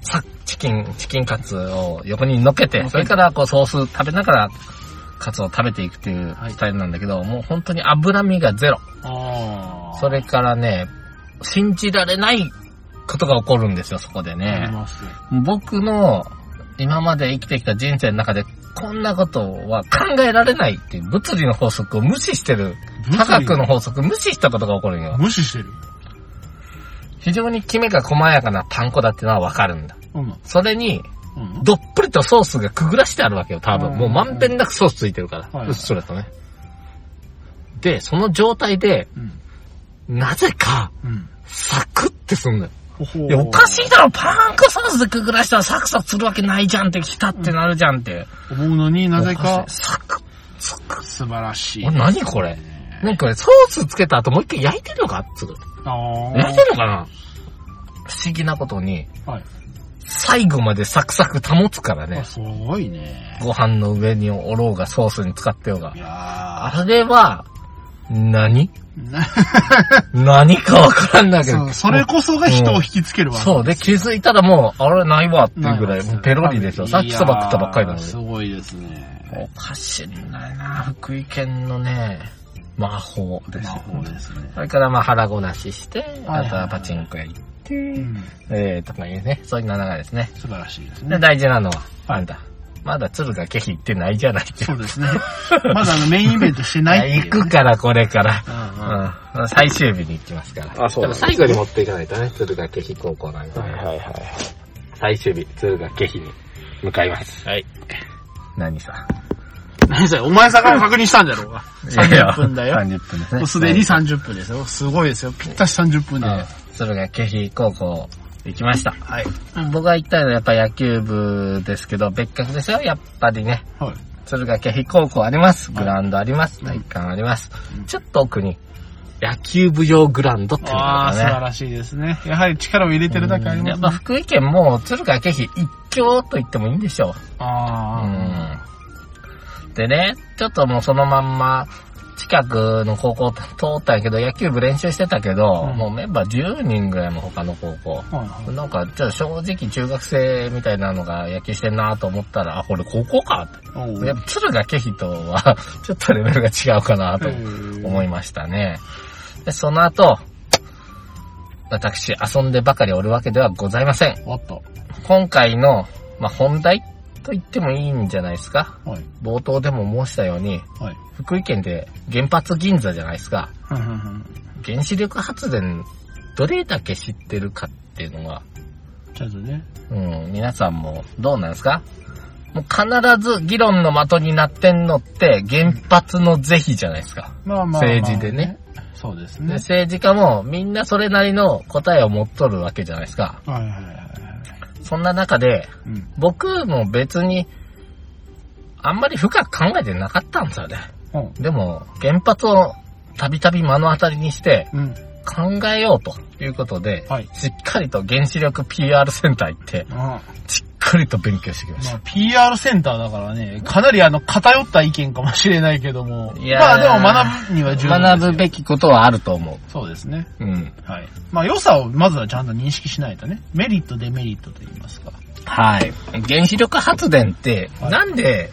S2: さチキン、チキンカツを横に乗っけ、
S1: 乗ってけて
S2: それからこうソース食べながら、カツを食べていくっていう
S1: はい
S2: スタイルなんだけど、もう本当に脂身がゼロ。
S1: ああ。
S2: それからね、信じられないことが起こるんですよ、そこで
S1: あり
S2: ね。
S1: ますよ。
S2: 僕の今まで生きてきた人生の中で、こんなことは考えられないっていう物理の法則を無視してる。科学の法則無視したことが起こるんよ。
S1: 無視してる。
S2: 非常にきめが細やかなパン粉だってのはわかるんだ。
S1: うん。
S2: それに、
S1: うん。
S2: どっぷりとソースがくぐらしてあるわけよ、多分。
S1: うん
S2: もうまんべんなくソースついてるか
S1: は
S2: ら。
S1: いう
S2: っすらとね。で、その状態で、
S1: うん。
S2: なぜか、
S1: うん。
S2: サクってすんのよ。
S1: ほほ
S2: いや、おかしいだろパン粉ソースでくぐらしたらサクサクするわけないじゃんって、きたってなるじゃんって。
S1: 思うのになぜ
S2: お
S1: か
S2: しい、サクサク。
S1: 素晴らしい
S2: お。何これ何これソースつけた後もう一回焼いてるのかっつう。
S1: あ
S2: 焼いてるのかな不思議なことに、
S1: あ。はい。
S2: 最後までサクサク保つから
S1: あ
S2: ね。
S1: すごいね。
S2: ご飯の上におろうがソースに使ってようが
S1: い。や
S2: あれは、何
S1: ーな
S2: 何かわからんだけ
S1: そ
S2: ど。
S1: うそれこそが人を引きつけるわ。
S2: そう。で、気づいたらもう、あれないわっていうぐらい、もうペロリですよ。
S1: い
S2: さ
S1: や
S2: っ
S1: ー
S2: きそば食ったばっかりなの
S1: す
S2: に。
S1: ごいですね。
S2: おかしいんだよな、福井県のね、魔法です
S1: 魔
S2: よ。
S1: 法ですね。
S2: それからまあ腹ごなしして、
S1: はいはい
S2: あとはパチンコ屋行って、
S1: うん。
S2: えー、とかいうね、そういうのがですね。
S1: 素晴らしいです
S2: で、
S1: ね。
S2: 大事なのは、
S1: はい
S2: あんた、まだ鶴がケヒ行ってないじゃないっていう
S1: そうですね。まだあのメインイベントしてないってい う、
S2: 行くから、これから。
S1: うんうん。
S2: うん。最終日に行きますから。
S3: あそうなんですね
S2: 最後に持っていかないとね、敦賀気比高校なんで。
S3: はいはいはい。
S2: 最終日、敦賀気比に向かいます。
S1: はい。
S2: 何さ。
S1: 何それ、お前さから確認したんだろうが。30分だよ。
S2: 30分ですね。
S1: もうすでに30分ですよ。すごいですよ。ぴったし30分で。
S2: はい。う
S1: は
S2: ん敦賀気比高校行きました。
S1: い。
S2: 僕が行ったのはやっぱ野球部ですけど、別格ですよ、やっぱりね。
S1: はい。
S2: 敦賀気比高校あります。
S1: はい
S2: グラウンドあります。
S1: うん
S2: 体育館あります
S1: う。ん
S2: ちょっと奥に、野球部用グラウンドっていうの
S1: ああ、素晴
S2: がね。
S1: らしいですね。やはり力を入れてるだけあり
S2: うん
S1: ま
S2: や
S1: す
S2: っ
S1: ね
S2: ぱ。福井県も敦賀気比一強と言ってもいいんでしょう。
S1: あ
S2: うんでね、ちょっともうそのまんま、近くの高校通ったんやけど、野球部練習してたけど、
S1: うん
S2: もうメンバー10人ぐらいも他の高校。
S1: あ。はいはい
S2: なんか、ちょっと正直中学生みたいなのが野球してんなと思ったら、あ、これ高校かって。
S1: おう
S2: やっぱ敦賀気比とは、 ちょっとレベルが違うかなと
S1: 思
S2: 思いましたね。で、その後、私、遊んでばかりおるわけではございません。
S1: おっと。
S2: 今回の、まあ、本題と言ってもいいんじゃないですか。
S1: はい。
S2: 冒頭でも申したように、
S1: はい。
S2: 福井県で原発銀座じゃないですか。
S1: ふんふんふん
S2: 原子力発電、どれだけ知ってるかっていうのは、
S1: ちゃんとね。
S2: うん、皆さんもどうなんですかもう必ず議論の的になってんのって原発の是非じゃないですか。
S1: まあまあまあ。
S2: 政治でね。
S1: そうです
S2: で
S1: ね。
S2: 政治家もみんなそれなりの答えを持っとるわけじゃないですか。
S1: はいはいはいはい。
S2: そんな中で、
S1: うん。
S2: 僕も別に、あんまり深く考えてなかったんですよね。
S1: うん
S2: でも、原発をたびたび目の当たりにして
S1: うん。
S2: 考えようということで、
S1: はい。
S2: しっかりと原子力 PR センター行って、
S1: うんまあ、
S2: しっかりと勉強してきました。
S1: PR センターだからね、かなりあの、偏った意見かもしれないけども、
S2: いやー
S1: まあでも学ぶには重要
S2: 学ぶ
S1: べ
S2: べきことはあると思
S1: そうですね。
S2: う。うん。
S1: はい。まあ良さをまずはちゃんと認識しないとね、メリットデメリットと言いますか。
S2: はい。原子力発電って、
S1: はい
S2: なんで、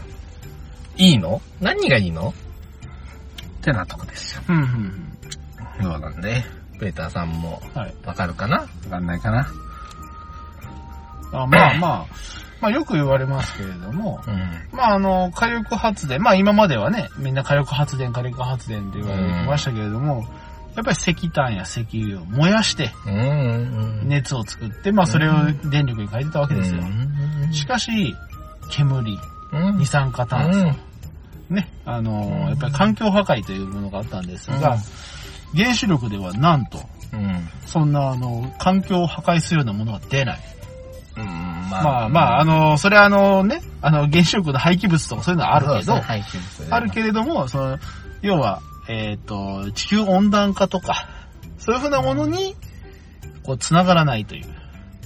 S2: いいの何がいいのってなとこですよ。
S1: うんうんうん。
S2: そうなんで、ペーターさんも、
S1: はい。
S2: わかるかなわかんないかな
S1: あまあまあ、まあよく言われますけれども、
S2: うん。
S1: まああの、火力発電、まあ今まではね、みんな火力発電、火力発電って言われてましたけれども、やっぱり石炭や石油を燃やして
S2: うんうんうん。
S1: 熱を作って、まあそれを電力に変えてたわけですよ
S2: う。ん
S1: しかし、煙、
S2: うん
S1: 二酸化炭素、
S2: うん
S1: ね、あの
S2: うん
S1: ー、やっぱり環境破壊というものがあったんですが、原子力ではなんと、
S2: うん。
S1: そんなあの、環境を破壊するようなものは出ない。
S2: うん、
S1: まあまあ、あのー、それはあのね、あの、原子力の廃棄物とかそういうのはあるけど、
S2: はいそうですね
S1: あるけれども、その、要は、えっ、と、地球温暖化とか、そういうふうなものに、こう、繋がらないという。
S2: うん、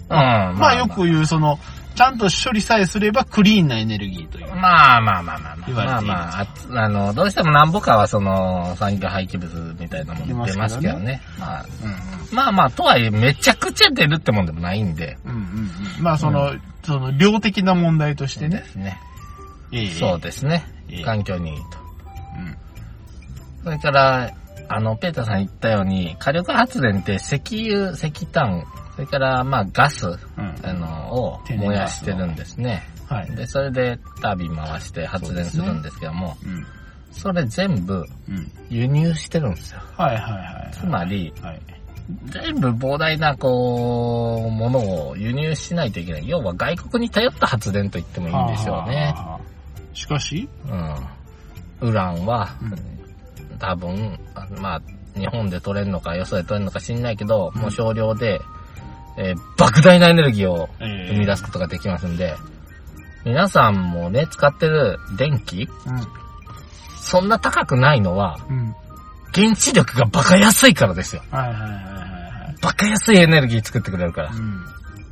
S2: まあ
S1: まあ、よく言う、その、ちゃんと処理さえすればクリーンなエネルギーという。
S2: まあまあまあまあまあ。
S1: 言われ
S2: ま
S1: て
S2: あ
S1: いる
S2: まあ、ああの、どうしてもなんぼかはその、産業廃棄物みたいなもの出
S1: 出
S2: ま
S1: ますす
S2: け
S1: け
S2: ど
S1: ど
S2: ね。まあ、
S1: うん
S2: まあまあ、とはいえ、めちゃくちゃ出るってもんでもないんで。
S1: うん。うんうんうん。まあ、その、その、量的な問題として
S2: で
S1: ね。
S2: すね。
S1: ええ
S2: そうですね
S1: ええ。
S2: 環境にいいと。そ
S1: うん。
S2: れから、あの、ペーターさん言ったように、火力発電って石油、石炭、それから、まあ、ガス、
S1: うん。
S2: あの、を
S1: 天然
S2: 燃や
S1: ガ
S2: し
S1: ス
S2: て
S1: の
S2: るんですね。
S1: はい。
S2: で、それでタービン回して発電するんですけども、
S1: うん。
S2: そ,、れ全部
S1: うん。
S2: 輸入してるんですよ。
S1: はいはいはい。
S2: つまり、
S1: はい。
S2: 全部膨大な、こう、ものを輸入しないといけない。要は外国に頼った発電と言ってもいいんでしょうね。
S1: あー。しかし、
S2: うん。ウランは、多分、あまあ、日本で取れるのか、よそで取れるのか知んないけど、
S1: うん
S2: もう少量で、えー莫大なエネルギーを
S1: ええ
S2: 生み出すことができますんで、皆さんもね、使ってる電気、そんな高くないのは、
S1: うん。うん。
S2: 原子力がバカ安いからですよ。
S1: はいはいはいはいはい。
S2: バカ安いエネルギー作ってくれるから
S1: う。ん。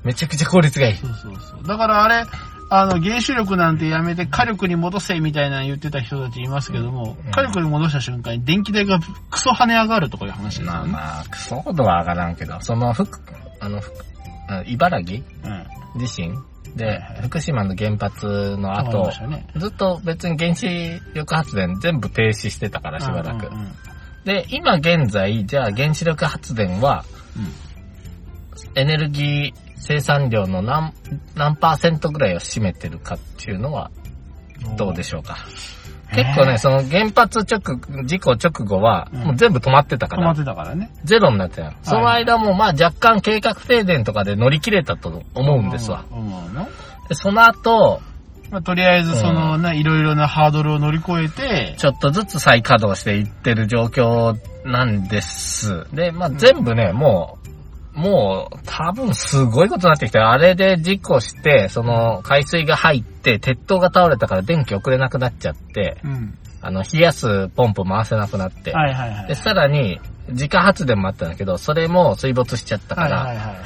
S2: めちゃくちゃ効率がいい。
S1: そうそうそう。だからあれ、あの、原子力なんてやめて火力に戻せみたいなの言ってた人たちいますけども、
S2: うん
S1: 火力に戻した瞬間に電気代がクソ跳ね上がるとかいう話です
S2: まあ
S1: よね。
S2: まあ、クソほどは上がらんけど、その、福、あの、福あの茨城地震
S1: は
S2: で
S1: いはい、
S2: 福島の原発の
S1: う
S2: 後
S1: ん。わかりまし、たね
S2: ずっと別に原子力発電全部停止してたからしばらく
S1: うんう。んうん
S2: で、今現在、じゃあ原子力発電は、エネルギー生産量の何、何パーセントぐらいを占めてるかっていうのはどうで
S1: し
S2: しょうか。
S1: えー
S2: 結構ね、その原発直、事故直後は、
S1: うん
S2: もう全部止まってた
S1: ょ
S2: か
S1: 止ま
S2: ら
S1: っ、てたからね。
S2: ゼロになってたの。その間もまあ若干計画停電とかで乗り切れたと思うんですわ。
S1: うん。思うの
S2: で、その後、
S1: まあ、とりあえず、その、な、いろいろなハードルを乗り越えて、
S2: ちょっとずつ再稼働していってる状況なんです。で、まあ、全部ね、もう、もう、多分すごいことになってきてる、あれで事故して、その、海水が入って、鉄塔が倒れたから電気送れなくなっちゃって、
S1: うん。
S2: あの、冷やすポンプ回せなくなって、
S1: はいはいはい。
S2: で、さらに、自家発電もあったんだけど、それも水没しちゃったから、
S1: はいはいはいはい。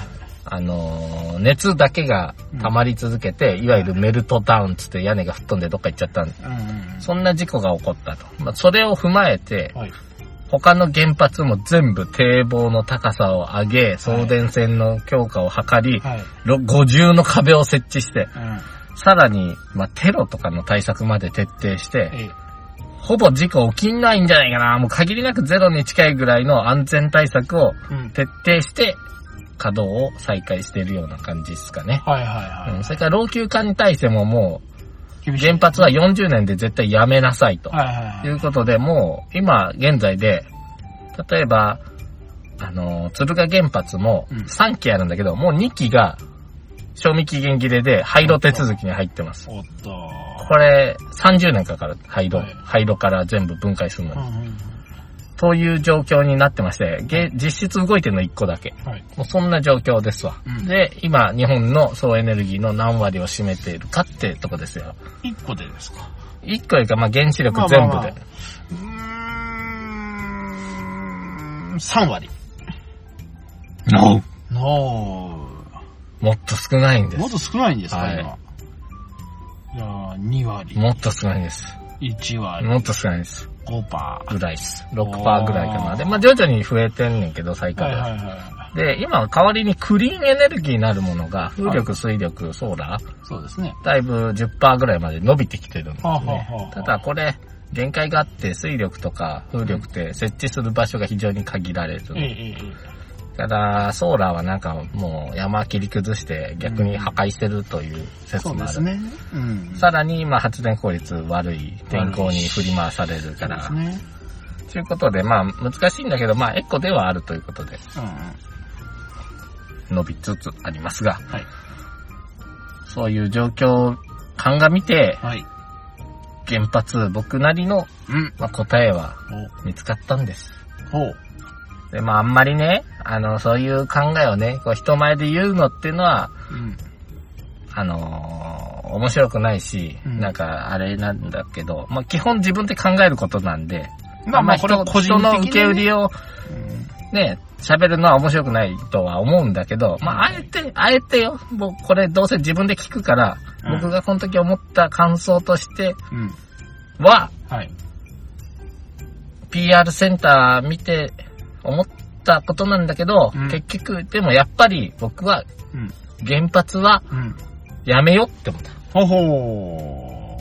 S2: あのー熱だけが溜まり続けて、いわゆるメルトダウンつって屋根が吹っ飛んでどっか行っちゃったん
S1: うんうん
S2: そんな事故が起こったと。まあ、それを踏まえて、
S1: はい。
S2: 他の原発も全部堤防の高さを上げ、送電線の強化を図り、
S1: はい。
S2: ろ50の壁を設置して、
S1: うん。
S2: さらに、まあ、テロとかの対策まで徹底して、
S1: ええ。
S2: ほぼ事故起きないんじゃないかな。もう限りなくゼロに近いぐらいの安全対策を
S1: うん。
S2: 徹底して、稼働を再開しているような感じですかね。
S1: はいはいは
S2: う
S1: い
S2: ん、。それから老朽化に対してもも
S1: 厳
S2: う、
S1: しい
S2: 原発は40年で絶対やめなさいと。
S1: はいはい
S2: と
S1: はいい。
S2: うことで、もう、今、現在で、例えば、あの、鶴ヶ原発も
S1: うん
S2: 3基あるんだけど、もう2基が、賞味期限切れで廃炉手続きに入ってます。
S1: おっと。
S2: これ、30年かかる、廃炉
S1: はい。
S2: 廃炉から全部分解するの
S1: うんう
S2: に。
S1: ん
S2: という状況になってまして、げ実質動いてるの1個だけ。
S1: うん。はい。
S2: もうそんな状況ですわ。
S1: うん
S2: で、今、日本の総エネルギーの何割を占めているかってとこですよ。
S1: 一個でですか。
S2: 1個よりか、まあ、原子力
S1: まあまあ
S2: 全部
S1: まあ
S2: で。
S1: うーん。3割。
S2: No
S1: お
S2: もっと少ないんです
S1: もっ。と少ないんですか、
S2: はい
S1: 今。いやー、2割、
S2: もっと少ないです。
S1: 1割、
S2: もっと少ないです。
S1: 5%パ
S2: ぐらいです。
S1: お
S2: 6%
S1: ー
S2: ぐらいかな。で、まあ徐々に増えてんねんけど、最
S1: ー。
S2: 下
S1: はい
S2: 位
S1: はい
S2: は。
S1: は
S2: で、今は代わりにクリーンエネルギーになるものが、風力、水力、ソーラ
S1: い。そうですね。
S2: ー、だいぶ10%ぐらいまで伸びてきてるんです
S1: はあはあは
S2: ね。
S1: あ
S2: ただこれ、限界があって、水力とか風力って設置する場所が非常に限られる。
S1: えええええ
S2: ただ、ソーラーはなんかもう山切り崩して逆に破壊してるという
S1: え。
S2: 説
S1: そう
S2: も
S1: で
S2: あ
S1: す
S2: る。
S1: ね。うん。
S2: さらに、まあ発電効率悪い天候に振り回される
S1: そ
S2: か
S1: うで
S2: ら
S1: す、ね。
S2: ということで、まあ、難しいんだけど、まあ、エコではあるということで、
S1: うんうん。
S2: 伸びつつありますが、
S1: はい。
S2: そういう状況を鑑みて、
S1: はい。
S2: 原発、僕なりの、
S1: うん。
S2: まあ、答えは見つかったんです。
S1: お、ほう。
S2: で、まあ、あんまりね、あの、そういう考えをね、こう、人前で言うのっていうのは、
S1: うん。
S2: あのー面白くないし、
S1: うん
S2: なんか、あれなんだけど、まあ、基本自分で考えることなんで、
S1: まあまあ、これは個人的
S2: 人
S1: な
S2: の受け売りを
S1: うん
S2: ね、喋るのは面白くないとは思うんだけど、まあ、あえて、あえてよ、もうこれどうせ自分で聞くから、
S1: うん
S2: 僕がこの時思った感想として
S1: うん。
S2: は、
S1: はい。
S2: PR センター見て思ったことなんだけど、
S1: うん
S2: 結局、でもやっぱり僕は
S1: うん。
S2: 原発は
S1: うん。
S2: やめよって思った。
S1: ほほー。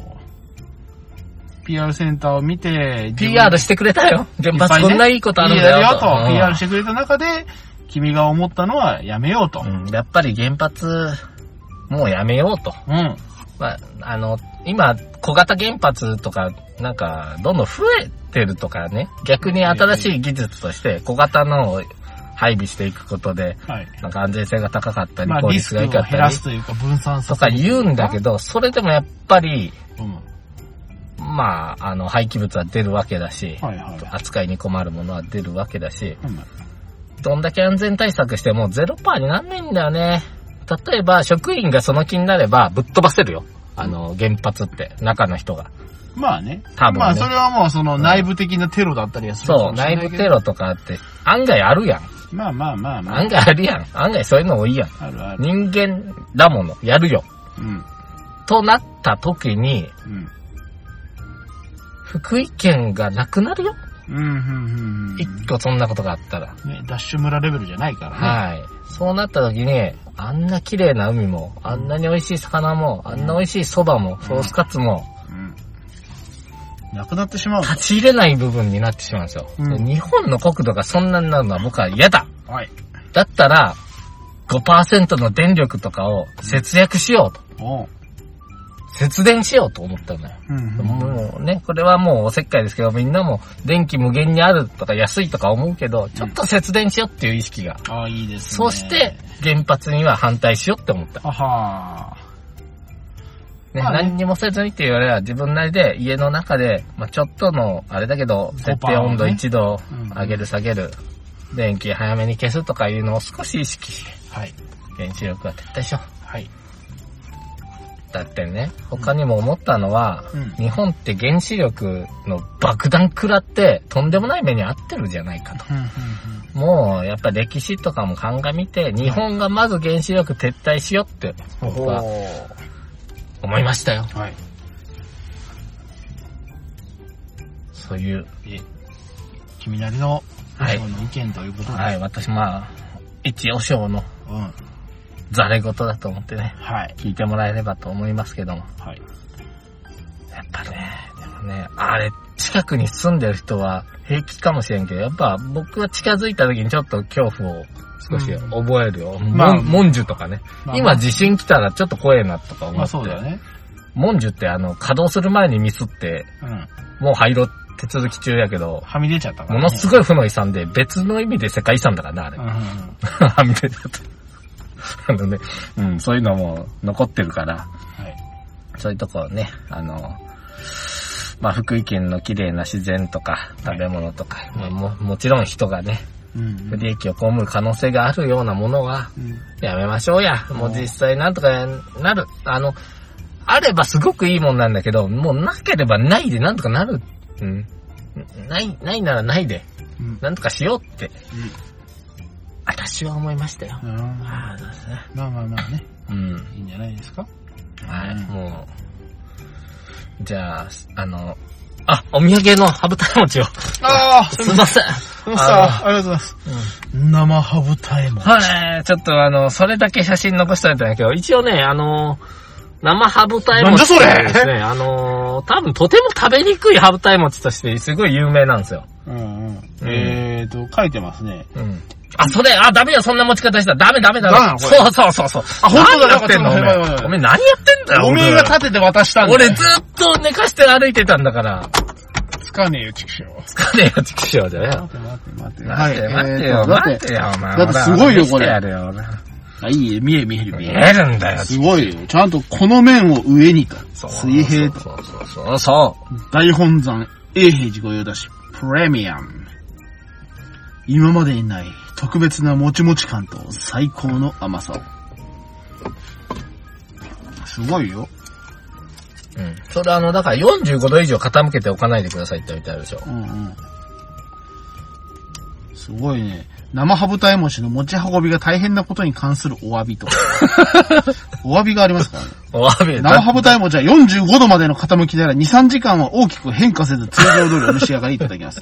S1: PR センターを見て、
S2: PR してくれたよ。原発
S1: いっぱいね
S2: こんないいことあ
S1: い
S2: るん
S1: い
S2: だ
S1: だ
S2: よ
S1: よ
S2: と。
S1: と、
S2: うん
S1: PR してくれた中で、君が思ったのはやめようと。
S2: うんやっぱり原発、もうやめようと。
S1: うん。
S2: まあ、あの、今、小型原発とか、なんか、どんどん増えてるとかね、逆に新しい技術として、小型のを配備していくことで、
S1: はい。
S2: なんか安全性が高かったり
S1: ま、あ、
S2: 効
S1: リ
S2: 率
S1: スク
S2: が
S1: を
S2: 良か
S1: 減
S2: った
S1: ら
S2: り
S1: す、というか、分散さ
S2: と
S1: せ
S2: か
S1: る
S2: 言うんだけ
S1: ど。
S2: ど、それでもやっぱり、
S1: うん。は
S2: まあ、あの、廃棄物は出るわけだし
S1: い、はい。
S2: 扱いに困るものは出るわけだし、
S1: うん
S2: どんだけ安全対策してもゼロパーになんないんだよね。例えば、職員がその気になれば、ぶっ飛ばせるよ。あの、原発って、中の人が。
S1: まあね。
S2: 多分ね
S1: まあ、それはもう、その、内部的なテロだったりはするか
S2: そう、
S1: もしれ
S2: 内
S1: ない
S2: 部
S1: けど
S2: テロとかって、案外あるやん。
S1: まあまあまあまあ
S2: 案。外あるやん。案外そういうの多いやん。
S1: あるある。
S2: 人間だもの、やるよ。
S1: うん。
S2: となった時に、
S1: うん。
S2: 福井県がなくなるよ。
S1: うん、うん、うん。
S2: 一個そんなことがあったら。
S1: ね、ダッシュ村レベルじゃないからね。
S2: はい。そうなった時に、あんな綺麗な海も、あんなに美味しい魚も、あんな美味しい蕎麦も、ソースカツも、
S1: うん。なくなってしまう
S2: 立ち入れない部分になってしまうんですよ。
S1: うん
S2: で日本の国土がそんなになるのは僕は嫌だ。
S1: はい。
S2: だったら、 5%の電力とかを節約しようと。
S1: おう。
S2: 節電しようと思ったのよ。
S1: うんうん。
S2: もうね、これはもうおせっかいですけど、みんなも電気無限にあるとか安いとか思うけど、ちょっと節電しようっていう意識が。
S1: ああ、いいですね。
S2: そして、、原発には反対しようって思った。
S1: はは
S2: ね、
S1: まあね
S2: 何にもせずにって言われは自分なりで家の中で、まあ、ちょっとの、あれだけど、設定温度
S1: 5%ね
S2: 1度
S1: うん
S2: 上げる下げる、電気早めに消すとかいうのを少し意識して、
S1: はい。
S2: 原子力は撤退しよ
S1: はい。
S2: う。だってね、他にも思ったのは、
S1: うん
S2: 日本って原子力の爆弾食らってとんでもない目に遭ってるじゃないかと。
S1: うんうん
S2: もうやっぱ歴史とかも鑑みて、日本がまず原子力撤退しようって
S1: うん。
S2: 僕は思いましたよ。
S1: はい。
S2: そういう。
S1: え、君なりの、
S2: はい
S1: 師匠の意見ということで。
S2: はい、私まあ、一和尚の
S1: うん。
S2: ザレ事だと思ってね、
S1: はい。
S2: 聞いてもらえればと思いますけども。
S1: はい。
S2: やっぱね、でもね、あれ、近くに住んでる人は平気かもしれんけど、やっぱ僕は近づいた時にちょっと恐怖を少し覚えるよ。
S1: ま
S2: ま
S1: あ
S2: あ、モンジュとかね。
S1: まあ
S2: 今地震来たらちょっと怖えなとか思って。
S1: まあそうだよね。
S2: モンジュってあの、稼働する前にミスって、
S1: うん。
S2: もう廃炉手続き中やけど、
S1: はみ出ちゃったから、
S2: ものす
S1: ご
S2: ご
S1: い。
S2: い負の遺産で、別の意味で世界遺産だからな、あれ
S1: うん。うんうん。
S2: はみ出ちゃ った。あのね、うん、そういうのも残ってるから、
S1: はい。
S2: そういうとこをね、あの、まあ、福井県の綺麗な自然とか、食べ物とか、まあも、もちろん人がね、
S1: うん
S2: 不利益を被る可能性があるようなものは、
S1: うん。
S2: やめましょうや。もう実際なんとかなる。あの、あればすごくいいもんなんだけど、もうなければないでなんとかなる。うん。ない、ないならないで、
S1: うん。
S2: なんとかしようって、私は思いましたよ。
S1: うん。ま
S2: ああ、そうですね。
S1: あまあまあね。
S2: うん。
S1: いいんじゃないですか。
S2: はい、
S1: うん
S2: もう。じゃあ、あの、あ、お土産の羽二重餅を。
S1: ああ
S2: すいません。
S1: そうさありがとうございます。生ハブタイム。
S2: はい、ちょっとあの、それだけ写真残しておいたんだけど、一応ね、あの、生ハブタイ餅っていうですね、あの、多分とても食べにくいハブタイ餅としてすごい有名なんですよ。
S1: うんうん。えーと、書いてますね。
S2: うん。あ、それ、あ、ダメだ、そんな持ち方したら。ダメダメダ
S1: ダメなの
S2: メ。
S1: これ
S2: そうそうそうそう。あ
S1: 本当だ
S2: やってんのお
S1: なんかちょっとやばいやばいやば
S2: 前
S1: い
S2: お前何やってんだよ。
S1: おめえが立てて渡したんだ。
S2: 俺ずっと寝かして歩いてたんだから。
S1: つかねえよ、畜生。
S2: 疲れよ、畜生だよ。
S1: 待て待て待て。
S2: 待って、待って
S1: えー
S2: よ、
S1: とだ
S2: 待っ
S1: って
S2: てよ、お前。
S1: だってすごいよこれ
S2: 見せてやるよ
S1: あ、いいえ、見える見える見
S2: 見
S1: え
S2: え
S1: る。
S2: るんだよ、
S1: すごいよ。ちゃんとこの面を上にと。
S2: そう
S1: 水平と。
S2: そうそうそうそう。
S1: 大本山、永平寺御用達、プレミアム。今までにない特別なもちもち感と最高の甘さを。すごいよ。
S2: うん。それあの、だから45度以上傾けておかないでくださいって言ってあるでしょ。
S1: うんうん。すごいね。生ハブタイモシの持ち運びが大変なことに関するお詫びと。 お詫びがありますからね。
S2: お詫び
S1: 生ハブタイモシは45度までの傾きなら2、3時間は大きく変化せず通常通りお召し上がりいただきます。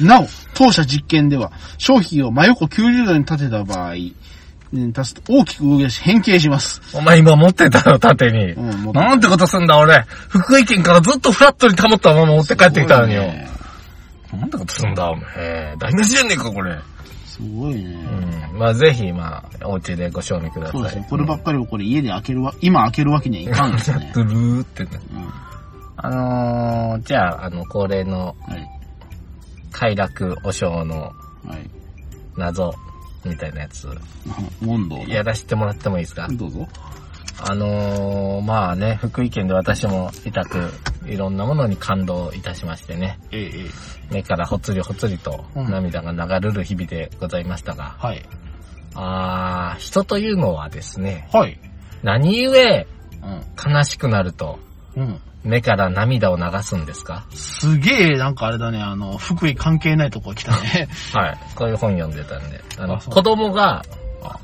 S1: なお、当社実験では、商品を真横90度に立てた場合、うん立つと大きく動き出し変形します。
S2: お前今持ってたの、縦に。
S1: うん、もう
S2: なんてことすんだ、俺。福井県からずっとフラットに保ったまま持って帰ってきたのによ。なんてことすんだ、お前。台無しじゃねえか、これ。
S1: すごいね。すごいね
S2: うん。まあ、ぜひ、まあ、お家でご賞味ください。
S1: そうですね。こればっかりをこれ家で開けるわ、今開けるわけにはいかんです ね。
S2: ドゥルーってね。
S1: うん
S2: あのー、じゃあ、あの、恒例の
S1: はい。
S2: 快楽お尚の
S1: はい。
S2: 謎みたいなやつ、
S1: 問答。
S2: やらせてもらってもいいですか
S1: どうぞ。
S2: あのー、まあね、福井県で私も痛く、いろんなものに感動いたしましてね、
S1: ええ、ええ。
S2: 目からほつりほつりと
S1: うん
S2: 涙が流れる日々でございましたが、
S1: はい。
S2: あー、人というのはですね、
S1: はい。
S2: 何故
S1: う
S2: 悲しくなると、
S1: ん。うん。
S2: 目から涙を流すんですか
S1: すげえ、なんかあれだね、あの、福井関係ないとこ来た ね。
S2: はい。こういう本読んでたんで。あの、
S1: あそう
S2: 子供が
S1: あ、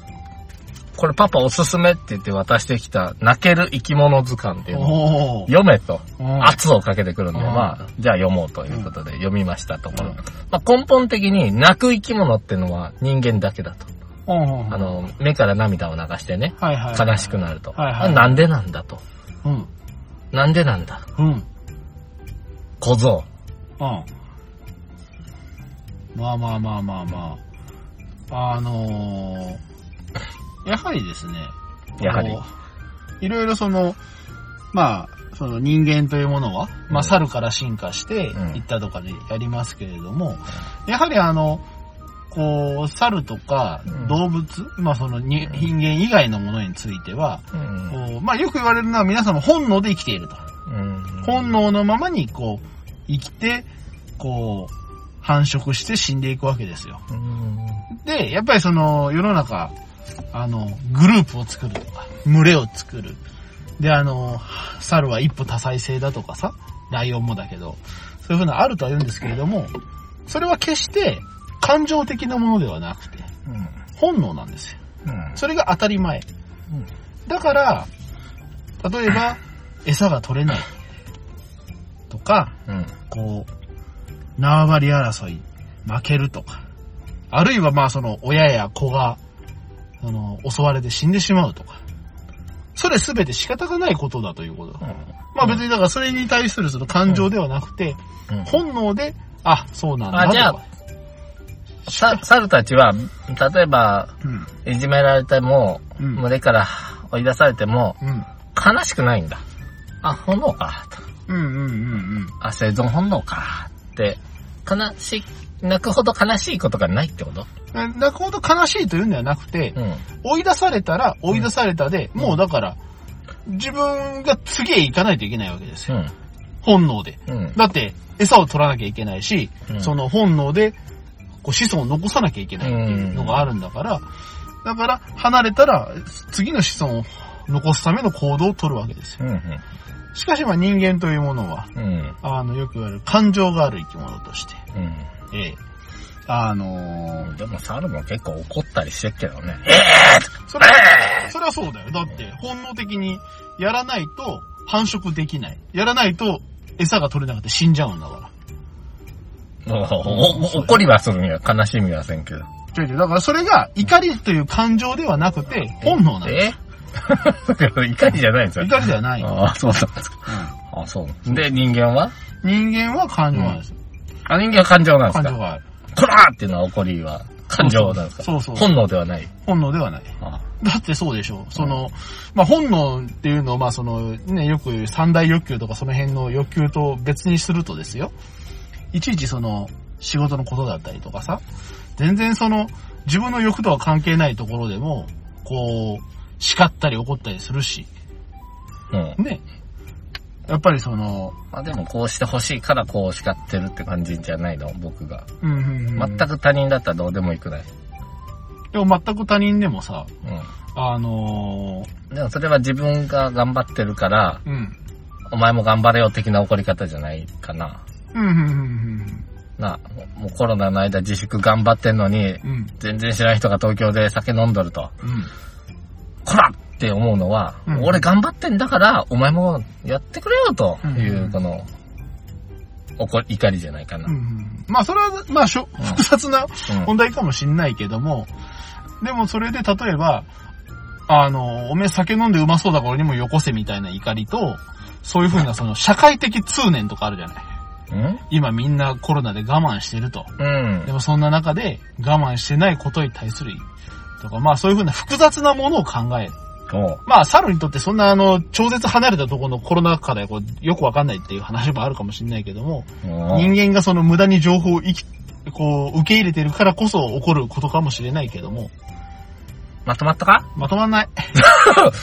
S2: これパパおすすめって言って渡してきた、泣ける生き物図鑑っていうのを
S1: おお。
S2: 読めと、
S1: うん
S2: 圧をかけてくるんで、
S1: うん
S2: まあ、じゃあ読もうということで読みましたところ。まあ、根本的に泣く生き物ってのは人間だけだと。
S1: うんうんうん
S2: あの、目から涙を流してね、
S1: はいはいはい。
S2: 悲しくなると。
S1: はいはい
S2: なんでなんだと。
S1: うん。
S2: なんでなんだ。
S1: うん。うん。
S2: 小僧。
S1: まあまあまあまあまあ。あのー、やはりですね、
S2: やはり
S1: こういろいろその、まあ、その人間というものは、ま
S2: うん
S1: あ、猿から進化して
S2: うん
S1: いったとかでやりますけれども、やはりあの、こう、猿とか
S2: うん
S1: 動物、まあそのに人間以外のものについては、
S2: うん。
S1: こうまあよく言われるのは皆さんも本能で生きていると。
S2: うん。
S1: 本能のままにこう、生きて、こう、繁殖して死んでいくわけですよ。
S2: うん。
S1: で、やっぱりその世の中、あの、グループを作るとか、群れを作る。で、あの、猿は一夫多妻制だとかさ、ライオンもだけど、そういうふうなあるとは言うんですけれども、それは決して感情的なものではなくて、
S2: うん。
S1: 本能なんですよ。
S2: うん。
S1: それが当たり前。
S2: うん
S1: だから、例えば、餌が取れない。とか、
S2: うん。
S1: こう、縄張り争い、負けるとか、あるいはまあその親や子が、あの、襲われて死んでしまうとか、それすべて仕方がないことだということだ。まあ別にだからそれに対するその感情ではなくて、
S2: うん。
S1: 本能で、あ、そうなんだ
S2: あ
S1: とか。
S2: じゃあさ、猿たちは、例えば、
S1: うん。
S2: いじめられても、
S1: うん
S2: 群れから追い出されても、
S1: うん。
S2: 悲しくないんだ。あ、本能か、と。
S1: うんうんうん
S2: あ、生存本能か、って。悲しい、泣くほど悲しいことがないってこと
S1: うん。泣くほど悲しいというんではなくて、
S2: うん。
S1: 追い出されたら追い出されたで、もうだから、自分が次へ行かないといけないわけです
S2: う
S1: よ。
S2: ん。
S1: 本能で。
S2: うん。
S1: だって、餌を取らなきゃいけないし、
S2: うん
S1: その本能で、こう子孫を残さなきゃいけないっていうのがあるんだから、だから、離れたら、次の子孫を残すための行動を取るわけですよ。
S2: うん。
S1: しかし、まあ人間というものは、
S2: うん。
S1: あの、よく言われる感情がある生き物として、
S2: うん。
S1: ええあのー
S2: でも猿も結構怒ったりしてるけどね。
S1: それは、それはそうだよ。だって、本能的にやらないと繁殖できない。やらないと餌が取れなくて死んじゃうんだから。
S2: おお怒りはするには悲しみはせんけど。
S1: 違う違うだからそれが怒りという感情ではなくて、本能なんだよ
S2: え 怒りじゃないんですよ。
S1: 怒りではない。
S2: ああ、そうなんですか。あそう。で、人間は
S1: 人間は感情なんですよ。
S2: あ、人間は感情なんです
S1: 感情
S2: か
S1: がある。
S2: こらーっていうのは怒りは感情なんですか
S1: そうそう。
S2: 本能ではない。
S1: 本能ではない。
S2: あ
S1: だってそうでしょう。その、まあ、本能っていうのを、まあ、その、ね、よく言う三大欲求とかその辺の欲求と別にするとですよ。いちいちその、仕事のことだったりとかさ、全然その、自分の欲とは関係ないところでも、こう、叱ったり怒ったりするし、
S2: うん。
S1: ね。やっぱりその、
S2: まあでもこうしてほしいからこう叱ってるって感じじゃないの、僕が。
S1: うんうんうん
S2: 全。く他人だったらどうでもいいくない。
S1: でも全く他人でもさ、
S2: う
S1: あの
S2: ん。でもそれは自分が頑張ってるから、
S1: ー、うん。
S2: お前も頑張れよ的な怒り方じゃないかな。
S1: うんうんうん
S2: な、もうコロナの間自粛頑張ってんのに、
S1: うんうん。
S2: 全然知らない人が東京で酒飲んどると、
S1: うん。
S2: こらって思うのは、
S1: うん
S2: 俺頑張ってんだから、お前もやってくれよとい
S1: うんう
S2: う、
S1: ん
S2: この、怒り、怒りじゃないかな。
S1: うんうんまあそれは、まあしょ、
S2: うん
S1: 複雑な
S2: うん
S1: 問題かもしんないけども、でもそれで例えば、あの、おめえ酒飲んでうまそうだから俺にもよこせみたいな怒りと、そういうふうなその社会的通念とかあるじゃない。
S2: うん
S1: 今みんなコロナで我慢してると。
S2: うん
S1: で。もそんな中で我慢してないことに対するとか、まあそういうふうな複雑なものを考える。
S2: おう
S1: まあ、猿にとってそんなあの、超絶離れたところのコロナ禍でこうよくわかんないっていう話もあるかもしれないけども、
S2: おう
S1: 人間がその無駄に情報を生き、こう、受け入れてるからこそ起こることかもしれないけども、
S2: まとまったか
S1: まとまんない。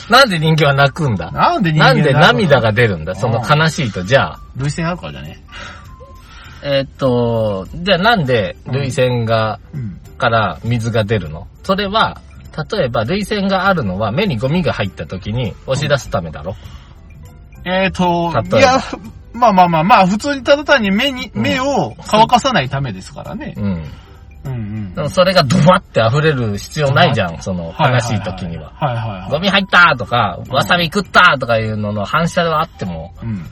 S2: なんで人間は泣くんだ
S1: なんで人間
S2: なんで涙
S1: が。
S2: が出るんだその悲しいと。じゃあ、
S1: 涙腺あるからだね。
S2: えーっと、じゃあなんで涙腺が、
S1: うん。
S2: から水が出るのそれは、例えば涙腺があるのは目にゴミが入った時に押し出すためだろ。
S1: えっ、
S2: 例え
S1: と、
S2: ば
S1: いや、まあまあまあまあ、普通にただ単に目に、
S2: うん
S1: 目を乾かさないためですからね
S2: う。ん。
S1: うんうん。
S2: でもそれがドバって溢れる必要ないじゃん、その悲しい時には。
S1: はいはいは
S2: ゴミ入ったとか、わさび食ったとかいうのの反射はあっても、
S1: い。うん。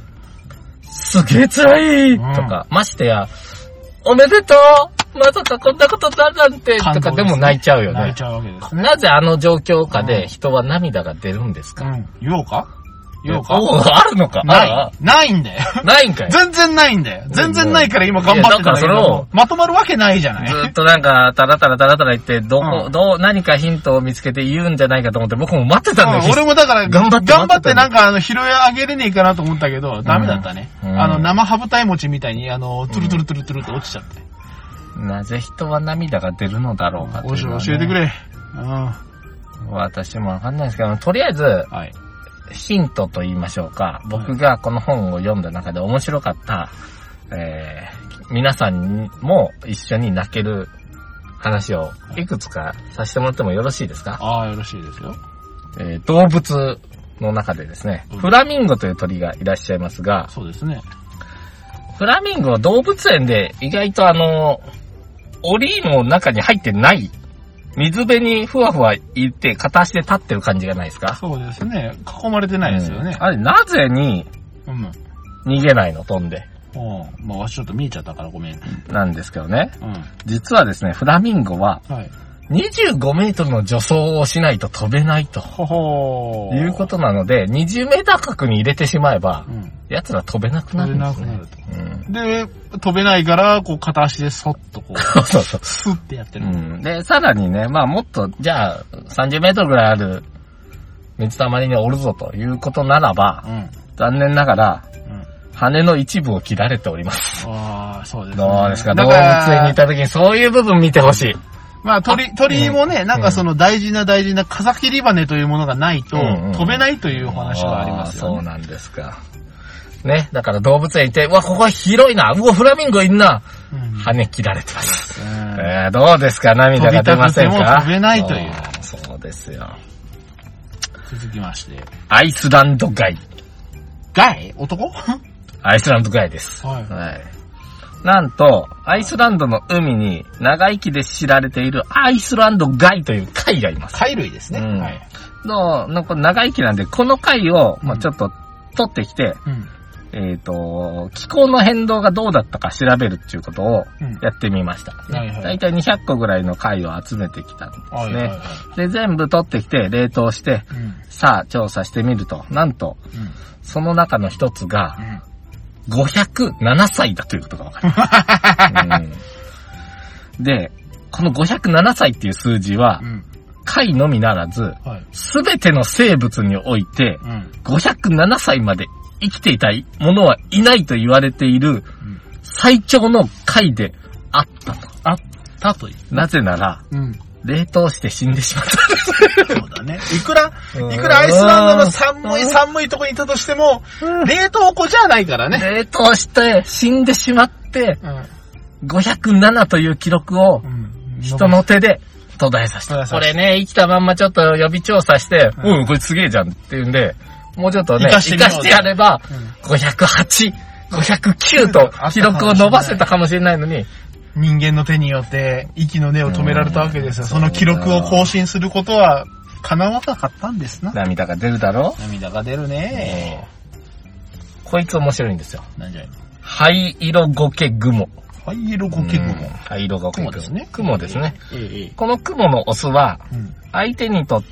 S2: すげえ辛いと
S1: うん
S2: か、ましてや、おめでとうまさかこんなことだなんて
S1: 感動
S2: と
S1: です
S2: かで
S1: ね
S2: も泣いちゃうよ
S1: 泣い
S2: ね
S1: ち。ゃうわけです。
S2: なぜあの状況下
S1: うん
S2: で人は涙が出るんです
S1: う
S2: か
S1: ん。言おうか言おう
S2: お
S1: か。
S2: おあるのか
S1: ない。ないんだよ。
S2: あないんかい。
S1: 全然ないんだよ。全然ないから今頑張ってんだけ
S2: いやだからそれ
S1: ど
S2: を、
S1: まとまるわけないじゃない。
S2: ずっとなんか、たらたらたらたら言って、どこ、
S1: うん
S2: どう、何かヒントを見つけて言うんじゃないかと思って、僕も待ってたんだよ、
S1: うん俺もだから、
S2: 頑張って
S1: 頑張って
S2: 待ってたの
S1: なんか、あの、拾い上げれねえかなと思ったけど、ダメだったね。
S2: うん
S1: あの、生ハブタイ餅みたいに、あの、トゥルトゥルトゥルトゥルって落ちちゃって。
S2: なぜ人は涙が出るのだろうかと
S1: お
S2: い
S1: し
S2: うのはね
S1: 教えてく。れ。うん。は
S2: 私もわかんないですけど、とりあえず、
S1: い。
S2: ヒントと言いましょうか。僕がこの本を読んだ中で面白かった、えー、皆さんも一緒に泣ける話をいくつかさせてもらってもよろしいですか、
S1: ああ、よろしいですよ。
S2: えー動物の中でですね、
S1: うん
S2: フラミンゴという鳥がいらっしゃいますが、
S1: そうですね。
S2: フラミンゴは動物園で意外とあの、檻の中に入ってない、水辺にふわふわいて片足で立ってる感じがないですか
S1: そうですね。囲まれてないですよね
S2: うん。あれ、なぜに
S1: うん。うん。
S2: 逃げないの飛んで。
S1: まあ、わしちょっと見えちゃったからごめん。う
S2: なんですけどね。
S1: ん。
S2: 実はですね、フラミンゴは
S1: はい。
S2: 25メートルの助走をしないと飛べないと。
S1: ほほー。
S2: いうことなので、20メーター角に入れてしまえば
S1: う、ん。
S2: 奴ら飛べなくな
S1: 飛
S2: るん
S1: べ
S2: で
S1: な
S2: す
S1: くな
S2: ね
S1: る。と。
S2: うん。
S1: で、飛べないから、こう、片足でそっとこう、
S2: そうそうそう。
S1: スッってやってる。
S2: うん。で、さらにね、まあもっと、じゃあ、30メートルぐらいある水たまりにおるぞということならば、
S1: うん。
S2: 残念ながら、
S1: うん。
S2: 羽の一部を切られております。
S1: ああ、そうですね。
S2: どうですか
S1: だ
S2: 動物
S1: ら
S2: 園にいた時にそういう部分見てほしい。
S1: まあ、鳥、鳥もね、なんかその大事な大事な風切り羽というものがないと、
S2: うんうん
S1: 飛べないというお話があります
S2: あーそう
S1: よね。
S2: なんですか。ね、だから動物園行って、うわ、ここ広いな、うわ、フラミンゴいんな、
S1: うん
S2: 羽切られてます。
S1: うん
S2: えー、どうですか涙が出ません
S1: 飛びた
S2: か
S1: くても飛べないという
S2: あーそうですよ。
S1: 続きまして。
S2: アイスランドガイ。
S1: ガイ男 は
S2: アイスランドガイです。
S1: い。
S2: はい。なんと、アイスランドの海に長生きで知られているアイスランドガイという貝がいます。
S1: 貝類ですね。
S2: うん
S1: はい。
S2: の、のこの長生きなんで、この貝を、ま
S1: う
S2: あ
S1: ん
S2: ちょっと取ってきて、
S1: うん。
S2: えっ、と、気候の変動がどうだったか調べるっていうことを
S1: うん
S2: やってみました。
S1: はいはい
S2: だいたい200個ぐらいの貝を集めてきたんですね。
S1: はいはいはい。
S2: で、全部取ってきて、冷凍して、
S1: うん。うん。
S2: さあ調査してみると、なんと、その中の一つが、507歳だということが分かる、うんで、この507歳っていう数字は
S1: う、ん。
S2: 貝のみならず、
S1: はい。
S2: すべての生物において、
S1: うん。
S2: 507歳まで生きていたものはいないと言われている
S1: うん
S2: 最長の貝であったと。
S1: あったという。
S2: なぜなら、
S1: うん。
S2: 冷凍して死んでしまっ
S1: そうだね。いくら、
S2: うん
S1: いくらアイスランドの寒い寒いとこにいたとしても、冷凍庫じゃないから
S2: た。
S1: ね。
S2: 冷凍して死んでしまって、507という記録を
S1: うん
S2: 人の手で途絶えさせ
S1: 途
S2: た。
S1: 絶えさせた
S2: これね、生きたまんまちょっと予備調査して、
S1: う
S2: うんん、これすげえじゃんっていうんで、もうちょっとね、
S1: 生かしてみよう
S2: 生やれば、
S1: う
S2: 508、509と記録を伸ばせたかもしれないのに、
S1: 人間の手によって息の根を止められたわけですよ。
S2: うん
S1: その記録を更新することは叶わなかったんですな。
S2: 涙が出るだろ
S1: 涙が出るね。
S2: こいつ面白いんですよ。
S1: なんじゃいの
S2: 灰色ゴケグモ。
S1: 灰色ゴケグモ。
S2: うん灰色ゴケグモ。
S1: 雲ですね
S2: 雲ですね。
S1: えええ
S2: この雲のオスは、
S1: え。うん。
S2: 相手にとっ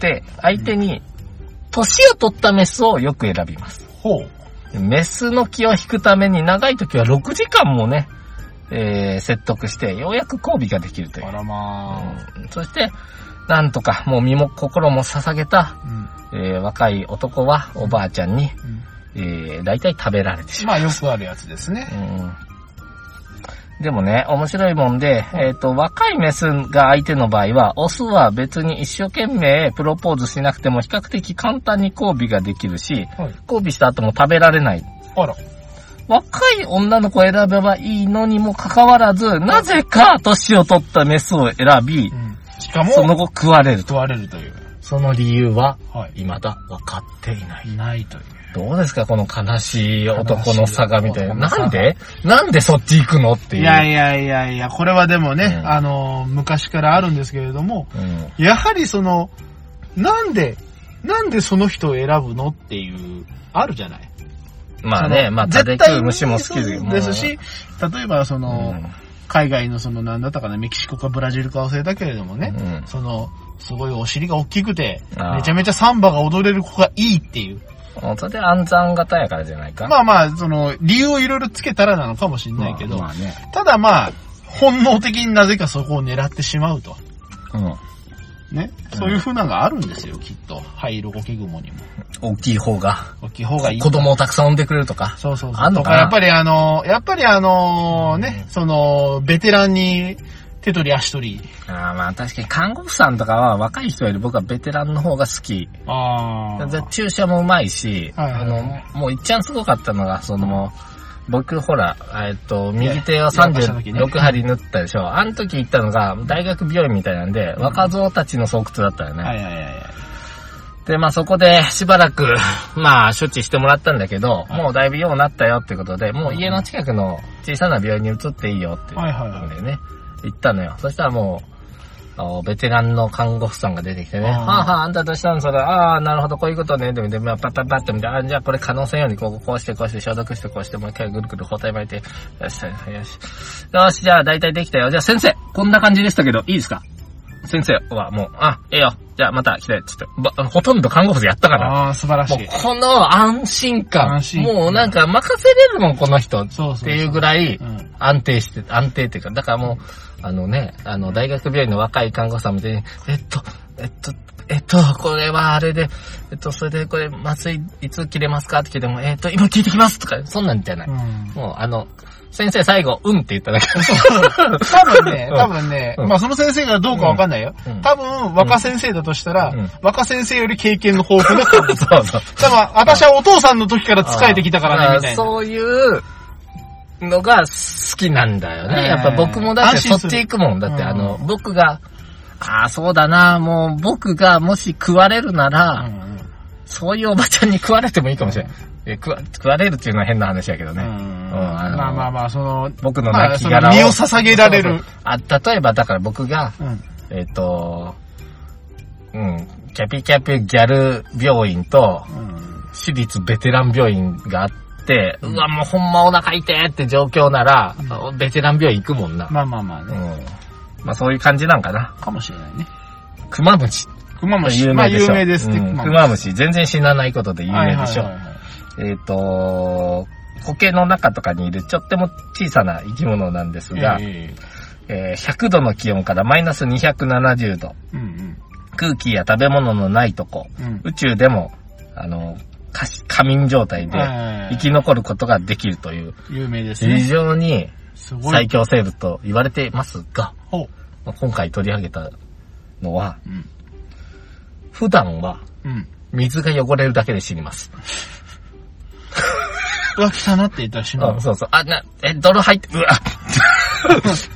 S2: て、相手に、年を取ったメスをよく選びます。
S1: ほう。
S2: メスの気を引くために長い時は6時間もね、えー、説得して、ようやく交尾ができるという
S1: あ。らまあ。
S2: うんそして、なんとか、もう身も心も捧げた、
S1: うん。
S2: えー、若い男はおばあちゃんに、
S1: うん
S2: えー、大体食べられてしまう
S1: まあよくあるやつですね。
S2: うんでもね、面白いもんで、えっ、と、若いメスが相手の場合は、オスは別に一生懸命プロポーズしなくても比較的簡単に交尾ができるし、
S1: はい。
S2: 交尾した後も食べられない。
S1: あら。
S2: 若い女の子を選べばいいのにもかかわらず、なぜか年を取ったメスを選び
S1: う、ん。しかも、
S2: その後食われると。
S1: 食われるという。
S2: その理由は、
S1: はい。
S2: 未だ分かっていない。
S1: いないという。
S2: どうですかこの悲しい男の差がみたいな。
S1: 悲しい
S2: なんでなんでそっち行くのっていう。
S1: いやいやいやいや、これはでもね、
S2: うん
S1: あの、昔からあるんですけれども、
S2: うん
S1: やはりその、なんで、なんでその人を選ぶのっていう、あるじゃない。
S2: まあね、
S1: その
S2: まあ、食べ
S1: 絶
S2: 食
S1: 対
S2: う虫も好き
S1: そうですし、例えばそ
S2: もう
S1: の、海外のその、なんだったかな、メキシコかブラジルか忘れたけれども
S2: う
S1: ね、
S2: んうん
S1: その、すごいお尻が大きくて、
S2: あー
S1: めちゃめちゃサンバが踊れる子がいいっていう。
S2: うんそれで暗算型やからじゃないか。
S1: まあまあ、その、理由をいろいろつけたらなのかもしれないけど、
S2: まあまあね。
S1: ただまあ、本能的になぜかそこを狙ってしまうと。
S2: うん。
S1: ね。そういう風なのがあるんですよ、きっと。灰色ゴケグモにも。
S2: 大きい方が。
S1: 大きい方がいい。
S2: 子供をたくさん産んでくれるとか。
S1: そうそうそ
S2: あ
S1: う。
S2: んの
S1: と
S2: か
S1: か、
S2: な
S1: やっぱりあの、やっぱりあの、ね
S2: う、
S1: その、ベテランに、手取り足取り。
S2: ああまあ確かに看護婦さんとかは若い人より僕はベテランの方が好き。
S1: あ
S2: で注射もうまいし、
S1: はいはいは
S2: あ
S1: い
S2: の、もういっちゃんすごかったのが、その、僕ほら、えっと、右手は36針縫ったでしょ。あの時行ったのが、大学病院みたいなんで、若造たちの巣窟だったよね。
S1: はいはいはいはい。
S2: で、まあそこでしばらく、まあ処置してもらったんだけど、
S1: はい
S2: もうだいぶようなったよってことで、もう家の近くの小さな病院に移っていいよっていう
S1: はいはいは
S2: こ
S1: い
S2: とでね、行ったのよ。そしたらもう、あのベテランの看護婦さんが出てきてね、
S1: あ
S2: は
S1: ー
S2: あはあ、あんたどうしたのそれ、ああ、なるほど、こういうことね、で、で、まあ、パッパッパッと見て、あじゃあこれ可能性より、こう、こうして、こうして、消毒して、こうして、もう一回ぐるぐる包帯巻いて、よし、よし、よし、よし、じゃあ大体できたよ。じゃあ先生、こんな感じでしたけど、いいですか先生はもう、あ、ええよ。じゃあまた来て、つって。ばほとんど看護婦やったから。
S1: ああ、素晴らし
S2: もう
S1: い。
S2: この安心感。
S1: 安心感
S2: もうなんか任せれるもん、この人。っ
S1: そうそうそう
S2: ていうぐらい
S1: うん
S2: 安定して、安定っていうか、だからもう、あのね、あの、大学病院の若い看護師さんみたいに、えっと、えっと、えっと、これはあれで、えっと、それでこれ麻酔いつ切れますかって聞いても、えっと、今聞いてきますとか、そんなんじゃない。
S1: うん
S2: もうあの、先生最後、うんって言った だけ。
S1: 多分 ね、多分ね、
S2: うん
S1: まあその先生がどうかわかんないよ
S2: うん。
S1: 多分、若先生だとしたら
S2: うん、
S1: 若先生より経験の豊富な看護師。
S2: そうそう。
S1: 多分、私はお父さんの時から使えてきたからね、みたい
S2: あー
S1: な。
S2: そういうのが好きなんだよね。
S1: えー
S2: やっぱ僕もだって
S1: 安
S2: そ
S1: 心
S2: っ
S1: する
S2: ち行くもん。だって
S1: うん
S2: あの、僕が、ああ、そうだな、もう僕がもし食われるなら、
S1: うんうん
S2: そういうおばちゃんに食われてもいいかもしれない。え食わ食われるっていうのは変な話やけどね。
S1: うん
S2: あの
S1: まあまあまあ、その、
S2: 僕の
S1: ま
S2: 亡
S1: あ、
S2: き
S1: そ
S2: を、
S1: の身を捧げられる。
S2: あ、例えばだから僕が、
S1: うん
S2: えっ、と、うん、キャピキャピギャル病院と、
S1: うん
S2: 私立ベテラン病院があって、うわ、もうほんまお腹痛いって状況なら、ベテラン病院行くもんな。
S1: まあまあまあ
S2: う
S1: ね。
S2: ん。まあそういう感じなんかな。
S1: かもしれないね。
S2: 熊虫。
S1: 熊虫。
S2: 有
S1: まあ
S2: 名でし
S1: 有
S2: ょ。
S1: 名ですね、
S2: うん
S1: 熊虫。
S2: 熊虫。全然死なないことで有名でしょ。
S1: はいはいはいはい
S2: えっ、と、苔の中とかにいるちょっとも小さな生き物なんですが、え
S1: ええ
S2: ー100度の気温からマイナス270度。
S1: うん
S2: 空気や食べ物のないとこ。
S1: うん。うん
S2: 宇宙でも、あの、かし過眠状態で
S1: はい
S2: 生き残ることができるという。
S1: 有名です
S2: 非
S1: ね。
S2: 常に
S1: すご
S2: 最
S1: い。
S2: 強生物と言われていますが、
S1: ほ
S2: まあ今回取り上げたのは、
S1: う。うん。
S2: 普段は
S1: うん。
S2: 水が汚れるだけで死にます。
S1: うわ、汚って言ったら死ぬ
S2: あ。そうそう。あ、な、え、泥入って、うわ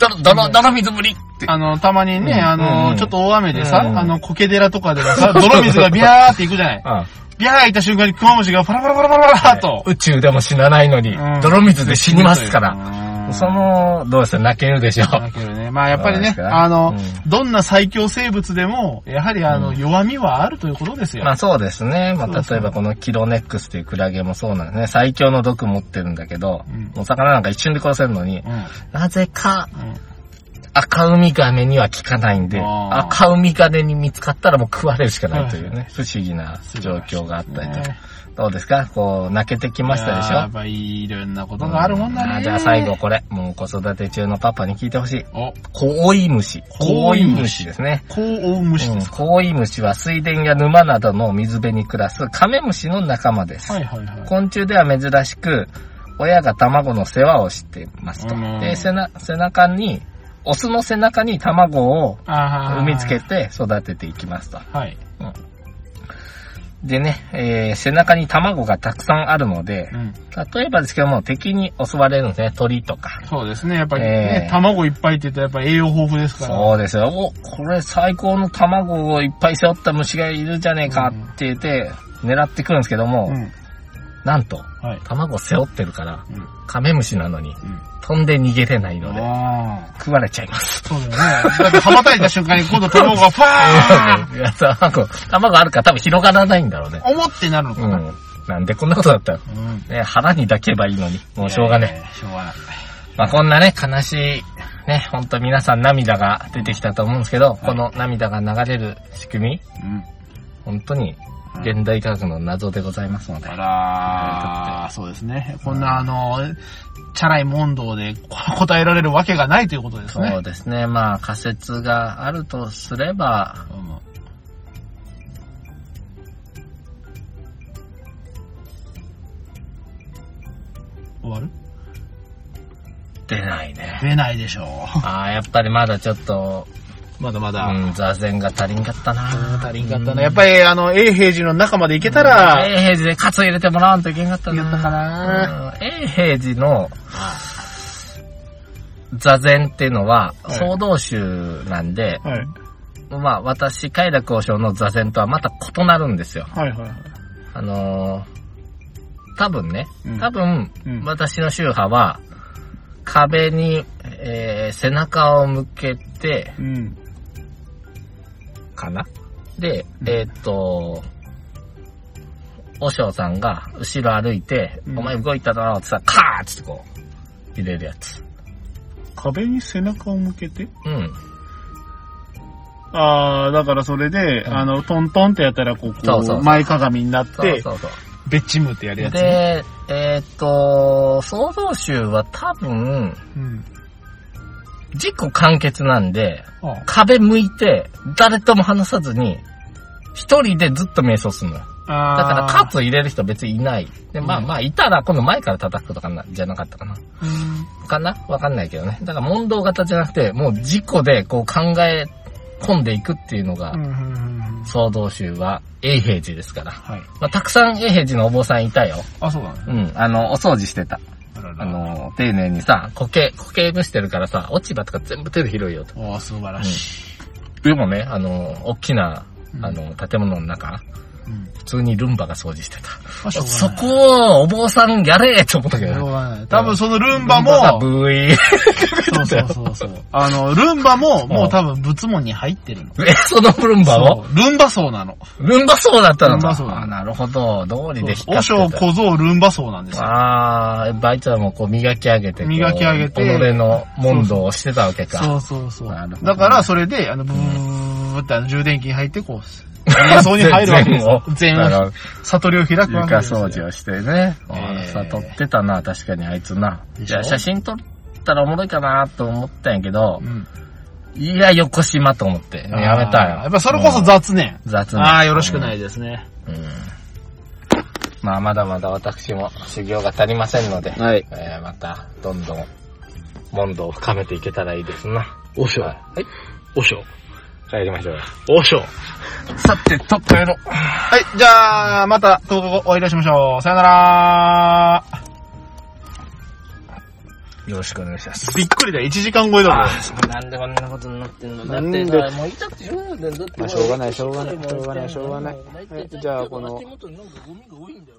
S2: 泥、泥、泥水無理って。
S1: あの、たまにね、
S2: うん
S1: あ
S2: うん
S1: の、ちょっと大雨でさ、
S2: うん
S1: あの、苔寺とかでもさ、 泥水がビャーっていくじゃない。
S2: あ
S1: ビャー行った瞬間に熊虫がパラパラパラパラパラと。
S2: 宇宙でも死なないのに
S1: うん、
S2: 泥水で死にますから。
S1: ら
S2: そ、の、どうですか泣けるでしょ。
S1: だけどね。まあやっぱり
S2: そ
S1: ね
S2: うで、すか
S1: あの、
S2: うん
S1: どんな最強生物でも、やはりあの、
S2: うん
S1: 弱みはあるということですよ。
S2: まあそうですね。ま
S1: そ
S2: あ
S1: うそう
S2: 例えばこのキロネックスっていうクラゲもそうなんですね。最強の毒持ってるんだけど
S1: うん、
S2: お魚なんか一瞬で殺せるのに、なぜか
S1: うん。うん
S2: 赤ウミガメには効かないんで、
S1: あー
S2: 赤ウミガメに見つかったらもう食われるしかないというね、不思議な状況があったりと。
S1: ね
S2: どうですかこう、泣けてきましたでし
S1: いやーや
S2: ょ
S1: っぱいろんなことがあるもんだね。
S2: あーじゃあ最後。これ、もう子育て中のパパに聞いてほしい。
S1: お、
S2: コオイムシ。コ
S1: コ
S2: オ
S1: オ
S2: イ
S1: イ
S2: ム
S1: ム
S2: シですね。
S1: こう追う虫
S2: うん
S1: ですか。
S2: コオイムシは水田や沼などの水辺に暮らすカメムシの仲間です。
S1: はいはいはい。
S2: 昆虫では珍しく、親が卵の世話をしていますと
S1: うん。
S2: で、背な背中に、オスの背中に卵を
S1: あー
S2: 産みつけ。て育てていきますと。
S1: はい。
S2: でね、えー背中に卵がたくさんあるので
S1: う、ん。
S2: 例えばですけども、敵に襲われるんですね、鳥とか。
S1: そうですね。やっぱりね
S2: え、ー
S1: 卵いっぱいって言ったらやっぱ栄養豊富ですから。
S2: そうですよ。お、これ最高の卵をいっぱい背負った虫がいるじゃねえかって言って、狙ってくるんですけども、
S1: ん。
S2: なんと、
S1: はい。
S2: 卵背負ってるから、
S1: うん。
S2: カメムシなのに、
S1: う
S2: 飛んで逃げれないの
S1: ん。
S2: で、
S1: あ
S2: 食われちゃいます。
S1: あ。そうだよね。だって羽ばたいた瞬間に今度卵がファーン
S2: いや卵、卵あるから多分広がらないんだろうね。
S1: 思ってなるの
S2: う
S1: かな。
S2: ん。なんでこんなことだったの
S1: うん。
S2: ね、腹に抱けばいいのに、もうしょうがねえ
S1: いやいやいや。しょうがない。
S2: まあ、こんなね、悲しい、ね、ほんと皆さん涙が出てきたと思うんですけど、この涙が流れる仕組み、
S1: うん。
S2: 本当に現代科学の謎でございますので。
S1: あらー、そうですね。こんな、あの、チャラい問答で 答えられるわけがないということです
S2: そ
S1: ね
S2: う。ですね。まあ、仮説があるとすれば、
S1: うん終わる
S2: 出ないね。
S1: 出ないでしょう。
S2: ああ、やっぱりまだちょっと、
S1: まだまだ
S2: うん、座禅が足りんかったな。
S1: 足りんかったな。やっぱり、あの、永平寺の中まで行けたら、
S2: 永平寺でカツ入れてもらわんといけんかったな。
S1: やったかな
S2: うん永平寺の、座禅っていうのは、
S1: はい
S2: 総動集なんで、
S1: はい。
S2: まあ、私、快楽王将の座禅とはまた異なるんですよ。
S1: はいはいはい。
S2: あのー、多分ね
S1: う、ん
S2: 多分、
S1: うん
S2: 私の宗派は、壁に、えー背中を向けて、
S1: うん。
S2: かなで
S1: う、ん
S2: えーっと、和尚さんが後ろ歩いて、
S1: うん
S2: お前動いたなってさ、カーッつってこう、入れるやつ。
S1: 壁に背中を向けて
S2: うん。
S1: ああ、だからそれで、
S2: うん
S1: あの、トントンってやったら、こう、こう
S2: そうそうそう
S1: 前かがみになって、
S2: そうそうそう。
S1: ベッチムってやるやつ、ね。
S2: で、えーっと、創造宗は多分、
S1: うん。
S2: 自己完結なんで、
S1: ああ
S2: 壁向いて、誰とも話さずに、一人でずっと瞑想するのよ。だ
S1: あー
S2: から、カツ入れる人別にいない。で、まあ
S1: うん
S2: まあ、いたら、今度前から叩くとかな、じゃなかったかな。
S1: うん
S2: かなわかんないけどね。だから、問答型じゃなくて、もう自己でこう考え込んでいくっていうのが
S1: う、んうんうんうん。
S2: 総動集は永平寺ですから。
S1: はい。
S2: まあ、たくさん永平寺のお坊さんいたよ。
S1: あ、そうだね。
S2: うん、あの、お掃除してた。
S1: あら
S2: あ
S1: ら
S2: の、丁寧にさ、苔、苔蒸してるからさ、落ち葉とか全部手で拾いよと。
S1: おー素晴らしい。
S2: でもね、あの、大きな、
S1: うん
S2: あの、建物の中、
S1: うん。
S2: 普通にルンバが掃除して
S1: あ、
S2: た。
S1: しょうが
S2: そ
S1: ない。
S2: こをお坊さんやれと思ったけど
S1: しょう
S2: ね。
S1: がない。多分そのルンバ
S2: ルンが
S1: も、
S2: ブイ。
S1: そうそうそうそう。あの、ルンバも、もう多分仏門に入ってるの。
S2: え、 そのルンバを
S1: そうルンバ層なの。
S2: ルンバそうだったの
S1: ルン
S2: か
S1: バ。そう
S2: あなるほど。道理で引っ
S1: 和
S2: か
S1: 尚
S2: ってた。
S1: 小僧ルンバ層なんですよ。
S2: ああ、バイトはもうこう磨き上げて、こう
S1: 磨き上げて
S2: 己の問答をしてたわけか。
S1: そうそうそう。
S2: なるほどね
S1: だから、それで、あの、ブーってあの充電器に入って、こう、瞑想に入るわけですよ。全
S2: 全部
S1: 部、悟りを開くわけ
S2: 床
S1: ですよ。
S2: 掃除をしてね。
S1: え
S2: あ
S1: ー
S2: さ、撮ってたな、確かにあいつな。
S1: で
S2: い
S1: しょ
S2: や、写真撮ったらおもろいかなと思ったんやけど
S1: う、ん。
S2: いや、横島と思って。やめたよ。
S1: あーやっぱそれこそ雑念。
S2: 雑な。
S1: ああ、よろしくないですね。
S2: うん。うんまあ、まだまだ私も修行が足りませんので、
S1: はい。
S2: えーまた、どんどん、問答を深めていけたらいいですな。
S3: おしょ、
S2: はい。
S3: おしょ、
S2: 帰りましょうよ。
S3: おしょ。
S2: さて、とっとやろう。
S1: はい、じゃあ、また、投稿お会いいたしましょう。さよなら
S2: よろしくお願いします。
S1: びっくりだよ、1時間超えだ
S2: あ
S1: もん。
S2: あ、なんでこんなことになってんのだっ
S3: な
S2: て
S3: んで
S2: さ、もう痛くてしょうがないんだよ。だって
S3: まあしょうがないしょうがないしょうがないしょうがない
S2: も
S3: はいじゃあこの
S2: 手元になんかゴミが多いんだよ。